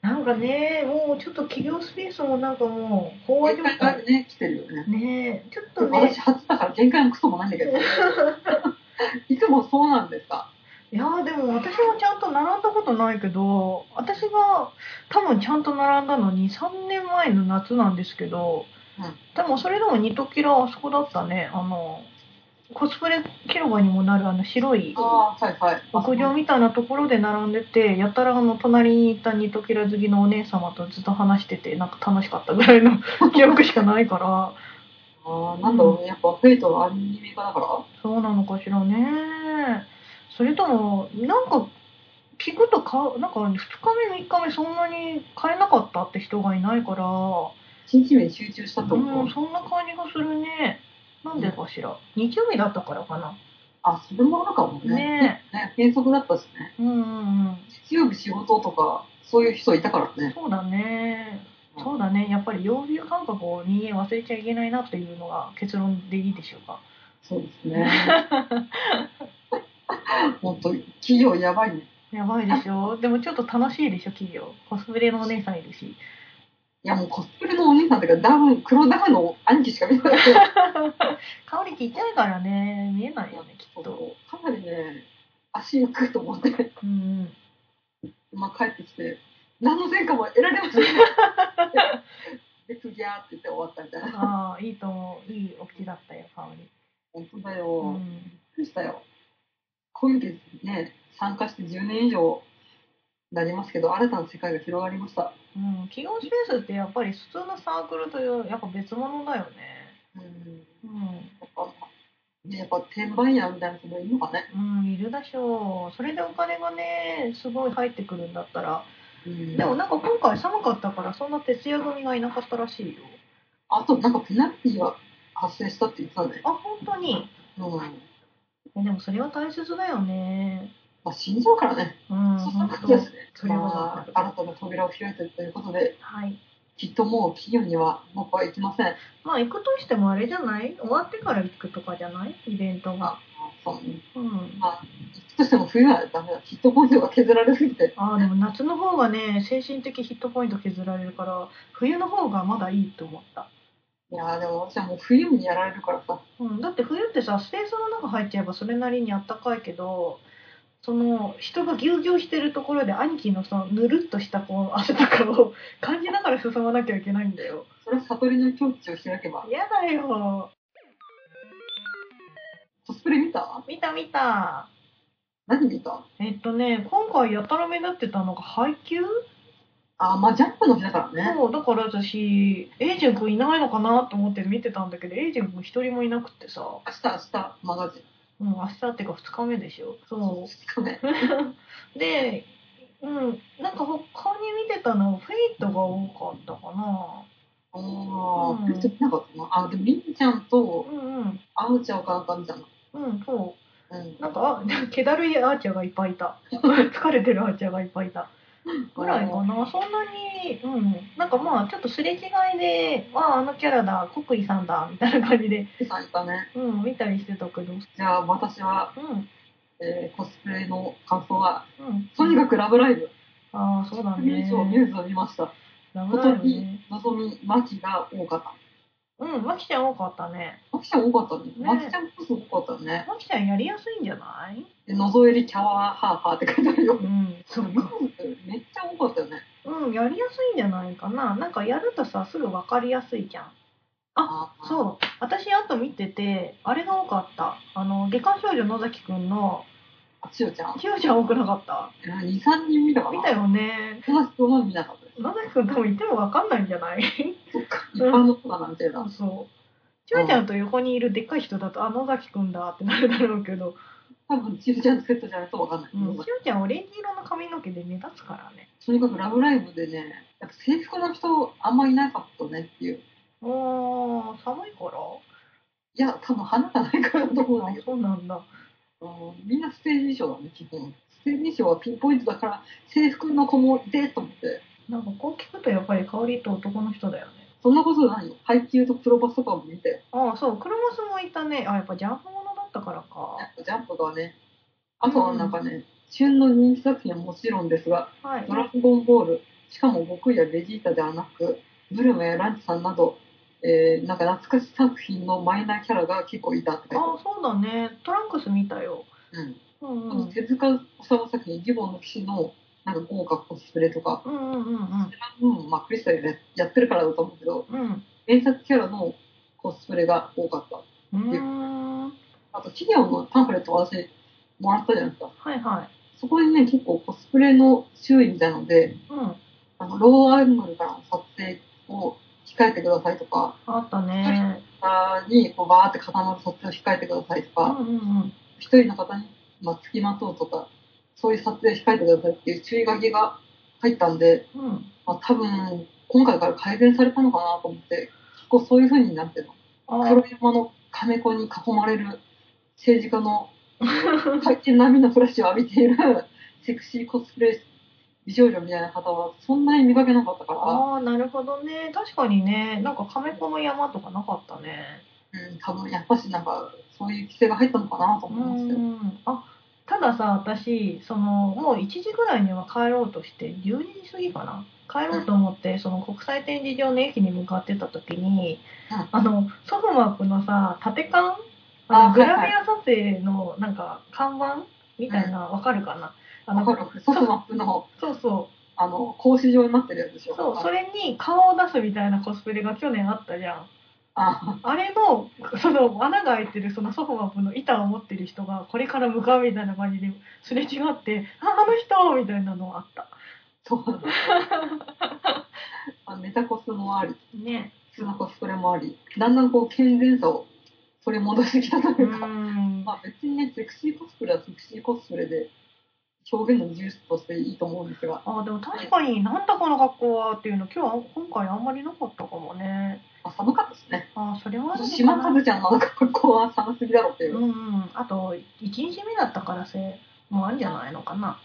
Speaker 2: なんかね、もうちょっと企業スペースもなんかもう、飽和
Speaker 1: 限
Speaker 2: 状
Speaker 1: 界が
Speaker 2: 態。
Speaker 1: ね、来てるよね。
Speaker 2: ねえ、ちょっとね
Speaker 1: 私、初だから限界もクソもないんだけ ど。いつもそうなんですか
Speaker 2: いやーでも私もちゃんと並んだことないけど私が多分ちゃんと並んだの23年前の夏なんですけど、
Speaker 1: うん
Speaker 2: でもそれでもニトキラあそこだったねあのコスプレ広場にもなるあの白い
Speaker 1: ああ、はいはい。
Speaker 2: 屋上みたいなところで並んでてやたらあの隣にいたニトキラ好きのお姉様とずっと話しててなんか楽しかったぐらいの 記憶しかないから
Speaker 1: ああ、なんだろうね。やっぱフェイトのアニメ化だか
Speaker 2: そうなのかしらねそれともなんか聞くとかなんか2日目3日目そんなに買えなかったって人がいないから
Speaker 1: ら、新日目に集中したってこ
Speaker 2: うん
Speaker 1: と
Speaker 2: そんな感じがするねなんでかしら日曜日だったからかな
Speaker 1: あ、それもあるかもね。
Speaker 2: ね
Speaker 1: ね、変則だったしね。
Speaker 2: うんうんうん
Speaker 1: 月曜日仕事とか、そういう人いたからね。
Speaker 2: そうだねそうだねやっぱり曜日感覚を人間忘れちゃいけないなっていうのが結論でいいでしょうか
Speaker 1: そうですね。 本当企業やばいね。
Speaker 2: やばいでし ょでもちょっと楽しいでしょ企業コスプレのお姉さんいるし
Speaker 1: いやもうコスプレのお兄さんとかダウン、黒ダウンの兄貴しか見て ないけ
Speaker 2: 香りちっちゃいからね見えないよねきっと
Speaker 1: ど、かなりね、足浮くと思って、
Speaker 2: うん
Speaker 1: まあ帰ってきて、何の前科も得られませ んで、クギャーって言って終わったみたいな。
Speaker 2: ああいいと思ういいお口だったよ香り
Speaker 1: 本当だ
Speaker 2: う
Speaker 1: よ。
Speaker 2: ん
Speaker 1: びっくりしたよ。コミケね、参加して10年以上になりますけど、新たな世界が広がりました。
Speaker 2: うん企業スペースってやっぱり普通のサークルというやっぱ別物だよね
Speaker 1: うん。
Speaker 2: うん
Speaker 1: やっぱ、ね、やっぱ転売屋みたいな人もいるのかね。
Speaker 2: うんいるでしょうそれでお金がねすごい入ってくるんだったら
Speaker 1: うん
Speaker 2: でもなんか今回寒かったからそんな徹夜組がいなかったらしいよ
Speaker 1: あとなんかペナルティーが発生したって言ってたね。
Speaker 2: あ本当に
Speaker 1: うん。
Speaker 2: えでもそれは大切だよね
Speaker 1: まあ、死んじゃうからね。
Speaker 2: うん
Speaker 1: そう
Speaker 2: 本
Speaker 1: そう
Speaker 2: 当
Speaker 1: ですね。
Speaker 2: それはわ
Speaker 1: ま
Speaker 2: かる
Speaker 1: あ、新たな扉を開いてるということで、
Speaker 2: はい
Speaker 1: きっともう企業には僕は行きません。
Speaker 2: まあ行くとしてもあれじゃない終わってから行くとかじゃないイベントが。
Speaker 1: そう
Speaker 2: うん。
Speaker 1: 行くとしても冬はダメだ。ヒットポイントが削られすぎて。
Speaker 2: ああ、でも夏の方がね、精神的ヒットポイント削られるから、冬の方がまだいいと思った。
Speaker 1: いやーでも私はもう冬にやられるからさ。
Speaker 2: うん、だって冬ってさスペースの中入っちゃえばそれなりにあったかいけどその人がぎゅうぎゅうしてるところで兄貴のそのぬるっとしたこう汗とかを 感じながら進まなきゃいけないんだよ
Speaker 1: それは悟りの境地を開けば。
Speaker 2: 嫌だよ
Speaker 1: コスプレ見た
Speaker 2: 見た見た
Speaker 1: 何見た
Speaker 2: えっとね今回やたら目立ってたのが配給
Speaker 1: あー、まあジャンプの日だからね。
Speaker 2: そうだから私エージェン君いないのかなと思って見てたんだけどエージェン君一人もいなくってさも
Speaker 1: 明日、明日、マガジン。
Speaker 2: う明日っていうか2日目でしょそう
Speaker 1: 2日目。
Speaker 2: で、うん、なんか他に見てたのはフェイトが多かったかな。
Speaker 1: お
Speaker 2: う
Speaker 1: ー、
Speaker 2: ん
Speaker 1: 見てなかったな。あ、でも、りんちゃんと、
Speaker 2: うんうん。
Speaker 1: あーちゃんかなんか見たの。
Speaker 2: うん、そ
Speaker 1: うん
Speaker 2: う。。なんか、あ 気だるいアーチャーがいっぱいいた。 疲れてるアーチャーがいっぱいいた。ぐらいかな。そんなに、うん。なんかまあ、ちょっとすれ違いで、わあ、あのキャラだ、コックイさんだ、みたいな感じで、
Speaker 1: さんいたね。
Speaker 2: うん、見たりしてたけど。うん、
Speaker 1: じゃあ、私は、
Speaker 2: うん。
Speaker 1: えーコスプレの感想は、とにかくラブライブ。
Speaker 2: ああ、そうだ
Speaker 1: ミュー
Speaker 2: ね
Speaker 1: ズ。をミューズを見ました。
Speaker 2: ラブ
Speaker 1: 本
Speaker 2: ラ
Speaker 1: 当
Speaker 2: イブね
Speaker 1: に。、のぞみ、まきが多かった。
Speaker 2: うん、マキちゃん多かったね。
Speaker 1: まきちゃん多かったね。
Speaker 2: ね
Speaker 1: まきちゃんこそ多かったね。
Speaker 2: マキちゃんやりやすいんじゃない
Speaker 1: で、のぞえりキャワーハーハーって書いてあるよ。
Speaker 2: うん、そ
Speaker 1: ミ
Speaker 2: うか。
Speaker 1: ューズめっちゃ多かったよね。
Speaker 2: うん、やりやすいんじゃないかな。なんかやるとさ、すぐ分かりやすいじゃん。
Speaker 1: あう。
Speaker 2: そう。私、あと見てて、あれが多かった。あの、下巻少女野崎くんの、
Speaker 1: あ、しおちゃん。
Speaker 2: ひよちゃん多くなかった。
Speaker 1: えー2、3人見たかな。
Speaker 2: 見たよね。
Speaker 1: ただし、は見なかったです。
Speaker 2: 野崎くん多分言っても分かんないんじゃない
Speaker 1: そっか、一般の子だな、みたい
Speaker 2: そ
Speaker 1: な
Speaker 2: う。そう。ひよちゃんと横にいるでっかい人だと、あ、野崎くんだってなるだろうけど、
Speaker 1: 多分、ちおちゃんのセットじゃないとわかんない。
Speaker 2: うん、ひよちゃんオレンジ色の髪の毛で目立つからね。
Speaker 1: とにかく、ラブライブでね、やっぱ制服の人、あんまいなかったねっていう。
Speaker 2: おー、寒いから
Speaker 1: いや、多分、花がないからだと思うんだ
Speaker 2: あ
Speaker 1: けど、
Speaker 2: そうなんだ。
Speaker 1: あのみんなステージ衣装だね、基本。ステージ衣装はピンポイントだから、制服の子もいて、と思って。
Speaker 2: なんかこう聞くとやっぱり香りって男の人だよね。
Speaker 1: そんなことないよ。配給とプロバスとかも見て。
Speaker 2: ああそうクロモスもいたねあやっぱジャンプものだったから
Speaker 1: や
Speaker 2: か
Speaker 1: っぱジャンプがね。あとはなんかね、旬の人気作品はもちろんですが、
Speaker 2: はい
Speaker 1: ドラゴンボール、しかも悟空やベジータではなく、ブルマやランチさんなど、えーなんか懐かし作品のマイナーキャラが結構いたって書いて
Speaker 2: ああそうだねトランクス見たよ
Speaker 1: ある
Speaker 2: うん
Speaker 1: う。
Speaker 2: うん
Speaker 1: あ
Speaker 2: ん
Speaker 1: と手塚治虫作品、ジボンの騎士のなんか豪華コスプレとか、
Speaker 2: うんうんうん
Speaker 1: うん、まあクリスタルでやってるからだと思うけど、
Speaker 2: うん
Speaker 1: 原作キャラのコスプレが多かった。
Speaker 2: うんうーん
Speaker 1: あと企業のパンフレットを私もらったじゃないですか。
Speaker 2: はいはい
Speaker 1: そこにね、結構コスプレの周囲みたいなので、
Speaker 2: うん
Speaker 1: あのローアングルからの撮影を控えてくださいとか、
Speaker 2: あったね
Speaker 1: 方にこうバーって固まる撮影を控えてくださいと
Speaker 2: うん
Speaker 1: か、
Speaker 2: うんうん
Speaker 1: 一人の方に、まあ、付きまとうとか、そういう撮影を控えてくださいっていう注意書きが入ったんで、
Speaker 2: うん
Speaker 1: まあ、多分今回から改善されたのかなと思って、結構そういう風になってるの。
Speaker 2: あ
Speaker 1: 黒山の亀子に囲まれる政治家の会見並みのフラッシュを浴びている セクシーコスプレ美少女みたいな方はそんなに見かけなかったから、
Speaker 2: あーなるほどね確かにねなんか亀子の山とかなかったね
Speaker 1: うん、多分やっぱしなんかそういう規制が入ったのかなと
Speaker 2: う
Speaker 1: 思いましたよ。
Speaker 2: んあたださ私そのもう1時ぐらいには帰ろうとして12時過ぎかな帰ろうと思ってその国際展示場の駅に向かってた時に、
Speaker 1: うん
Speaker 2: あのソフマップのさ縦缶
Speaker 1: あ
Speaker 2: あの
Speaker 1: はい
Speaker 2: グ
Speaker 1: はい
Speaker 2: ラビア撮影のなんか看板みたいなわ、かるかなあ
Speaker 1: わ
Speaker 2: の
Speaker 1: かるソフトマップの
Speaker 2: そうそ
Speaker 1: あの、格子状になってるやつでし
Speaker 2: う
Speaker 1: ょ。
Speaker 2: そうそ
Speaker 1: れ。
Speaker 2: れに顔を出すみたいなコスプレが去年あったじゃん
Speaker 1: あ、
Speaker 2: あれの、その穴が開いてるそのソファーの板を持ってる人が、これから向かうみたいな感じで、すれ違って、あ、あの人みたいなのあった。
Speaker 1: そう なんだ。あネタコスもあり、
Speaker 2: ね。
Speaker 1: 普通のコスプレもあり、だんだんこう健全さを取り戻してきたと
Speaker 2: う
Speaker 1: いうか、
Speaker 2: ん。
Speaker 1: まあ別にね、セクシーコスプレはセクシーコスプレで、表現の自由としていいと思うんですが、
Speaker 2: あ、でも確かになんだこの格好はっていうの、今日は、今回あんまりなかったかもね。
Speaker 1: まあ、寒かったしね。
Speaker 2: あ、それはあるのかな
Speaker 1: 島和ちゃんの格好は寒すぎだろうっていうう、
Speaker 2: んうん。あと、1日目だったからせ、もうあるんじゃないのかな。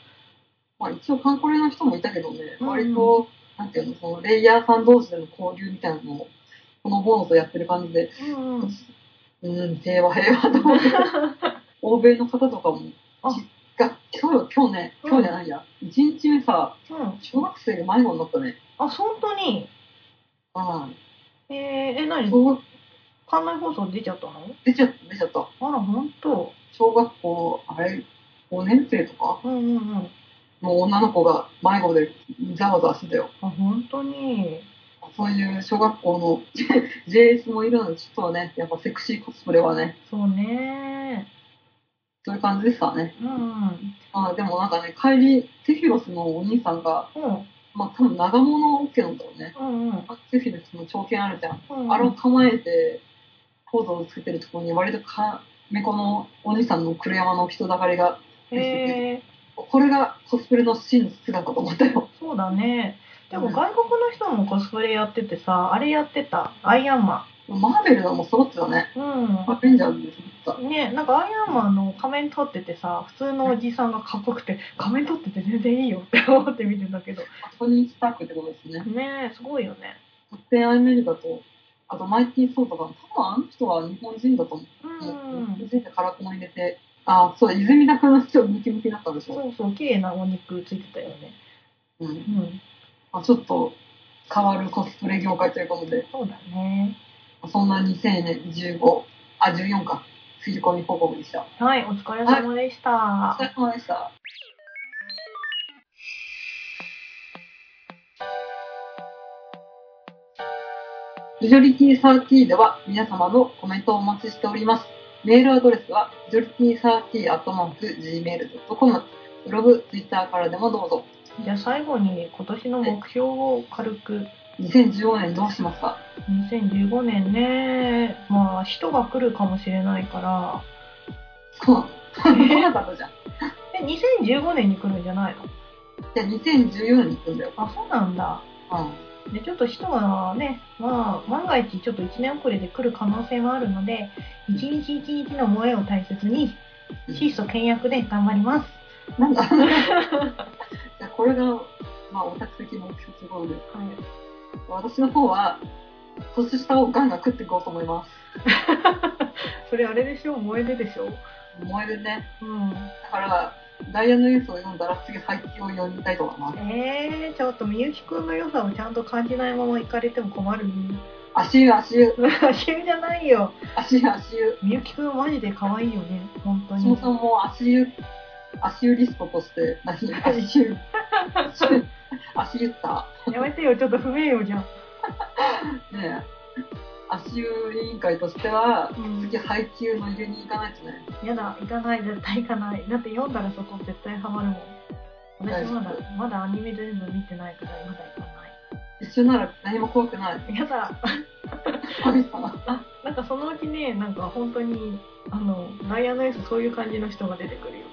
Speaker 1: まあ一応、カンコレの人もいたけどね、
Speaker 2: うん
Speaker 1: 割となんていうの、そのレイヤーさん同士での交流みたいなのを、このボーノとやってる感じで、
Speaker 3: うんうん
Speaker 1: うん、平和平和と 思って、欧米の方とかも
Speaker 2: あ、
Speaker 1: が今日よ、今日ね、今日じゃないや、一日目さ、
Speaker 2: うん、
Speaker 1: 小学生が迷子になったね。
Speaker 2: あ本当に
Speaker 1: あ
Speaker 2: えー、え
Speaker 1: あ、
Speaker 2: 何
Speaker 1: 小学、
Speaker 2: 館内放送出ちゃったの
Speaker 1: 出ちゃった、出ちゃった。
Speaker 2: あら本当
Speaker 1: 小学校、あれ、5年生とか
Speaker 2: うんうんうん
Speaker 1: の女の子が迷子でざわざわしてたよ。
Speaker 2: あ本当に
Speaker 1: そういう小学校の JS もいるので、ちょっとね、やっぱセクシーコスプレはね、
Speaker 2: そうね
Speaker 1: そういう感じでしたね。
Speaker 2: うんうん
Speaker 1: あでもなんかね、帰り、テフィロスのお兄さんが、
Speaker 2: うん
Speaker 1: まあ多分長物を受けなんだろうね。
Speaker 2: うんうん
Speaker 1: テフィロスの長剣あるじゃん。
Speaker 2: うん
Speaker 1: あれを構えて、ポーズをつけてるところに、割とか、猫のお兄さんの黒山の人だかりが、
Speaker 2: へえ
Speaker 1: これがコスプレの真の姿と思ったよ。
Speaker 2: そうだねでも
Speaker 1: うん
Speaker 2: 外国の人もコスプレやっててさあれやってたアイアンマ
Speaker 1: マーベルのも揃ってたね。
Speaker 2: ンうん
Speaker 1: アベンジャーズで揃って
Speaker 2: ねなんかアイアンマンの仮面取っててさ普通のおじさんがかっこよくて仮面取ってて全然いいよって思って見てたけど
Speaker 1: た。トニー・スタークってことですね。
Speaker 2: ねえすごいよね
Speaker 1: キャプテン・アイメリカと、あとマイティー・ソーとか、多分あの人は日本人だと思う。
Speaker 2: うん
Speaker 1: 日本人でカラコン入れて、あ、そう、泉田君の人ムキムキだったでしょ。
Speaker 2: そうそう綺麗なお肉ついてたよね
Speaker 1: うん。
Speaker 2: うん
Speaker 1: まあ、ちょっと変わるコスプレ業界ということで、
Speaker 2: そうだね
Speaker 1: まあそんな2015、あ、14か、振り込み報告でした。
Speaker 2: はいお疲れ様でした、
Speaker 1: お疲れ様でした。ビジョリティサーティーでは皆様のコメントをお待ちしております。メールアドレスは、ビジョリティサーティーアットマーク Gmail.com、ブログ、ツイッターからでもどうぞ。
Speaker 2: じゃあ最後に今年の目標を軽く
Speaker 1: 2015年どうしますか
Speaker 2: 2015年ねまあ人が来るかもしれないから
Speaker 1: そう。来なかったじゃん。
Speaker 2: え2015年に来るんじゃないの
Speaker 1: じゃあ2014年に行くんだよ。
Speaker 2: あそうなんだ
Speaker 1: うん。
Speaker 2: でちょっと人がね、まあ、万が一ちょっと1年遅れで来る可能性はあるので一日一日の思いを大切に質素倹約で頑張ります
Speaker 1: なんだ じゃあこれが、まあ、オタク的目標ということで。私の方は年下をガンガン食っていこうと思います
Speaker 2: それあれでしょ燃えででしょ
Speaker 1: 思い出ね
Speaker 2: う
Speaker 1: だからダイヤのエースを読んだら次最強を読みたいと思います
Speaker 2: んえー、ちょっとみゆきくんの良さをちゃんと感じないまま行かれても困 るね
Speaker 1: 足湯足湯
Speaker 2: 足湯じゃないよ
Speaker 1: 足湯足湯
Speaker 2: みゆきくんマジで可愛いよね本当
Speaker 1: そも
Speaker 2: に
Speaker 1: そも足湯足湯リストとして何足 湯足湯足湯った
Speaker 2: やめてよちょっと不名誉じゃん
Speaker 1: ねえ足湯委員会としては
Speaker 2: うん
Speaker 1: 次配給の湯に行かないとね
Speaker 2: やだ行かない絶対行かないだって読んだらそこ絶対ハマるもん私まだ
Speaker 1: 大丈
Speaker 2: まだアニメ全部見てないからまだ行かな
Speaker 1: 一緒なら何も怖くない
Speaker 2: いやだ
Speaker 1: 神様
Speaker 2: あなんかそのうちねなんか本当にあのダイヤのエースそういう感じの人が出てくるよ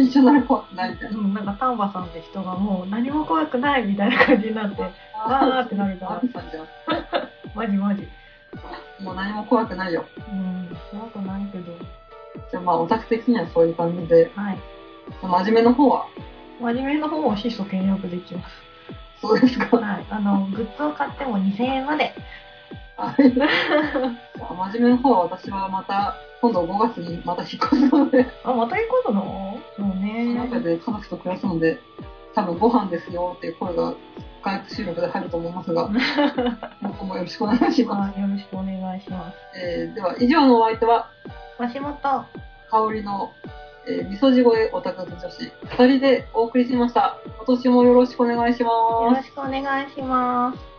Speaker 1: 一緒なら怖くないみたいな
Speaker 2: うんなんか丹波さんって人がもう何も怖くないみたいな感じになってわーってなるから
Speaker 1: 神様じゃん
Speaker 2: マジマジ
Speaker 1: もう何も怖くないよ。
Speaker 2: うん怖くないけど
Speaker 1: じゃあまあオタク的にはそういう感じで、
Speaker 2: はい
Speaker 1: 真面目の方は、
Speaker 2: 真面目の方を質素倹約できます
Speaker 1: そうですか。
Speaker 2: はいあのグッズを買っても2000円まで
Speaker 1: はいじゃあ真面目の方は私はまた、今度5月にまた引っ越すので、
Speaker 2: あまた行こうかなそう
Speaker 1: そ
Speaker 2: ね
Speaker 1: の中で家族と暮らすので、多分ご飯ですよっていう声が、外部収録で入ると思いますが、今後もよろしくお願いします。
Speaker 2: はい、よろしくお願いします。
Speaker 1: えーでは、以上のお相手は、
Speaker 2: 橋本、
Speaker 1: 香りの、えー、みそ地声オタク女子、二人でお送りしました。今年もよろしくお願いし
Speaker 2: よ
Speaker 1: ま
Speaker 2: ろ
Speaker 1: す。
Speaker 2: しくお願いします。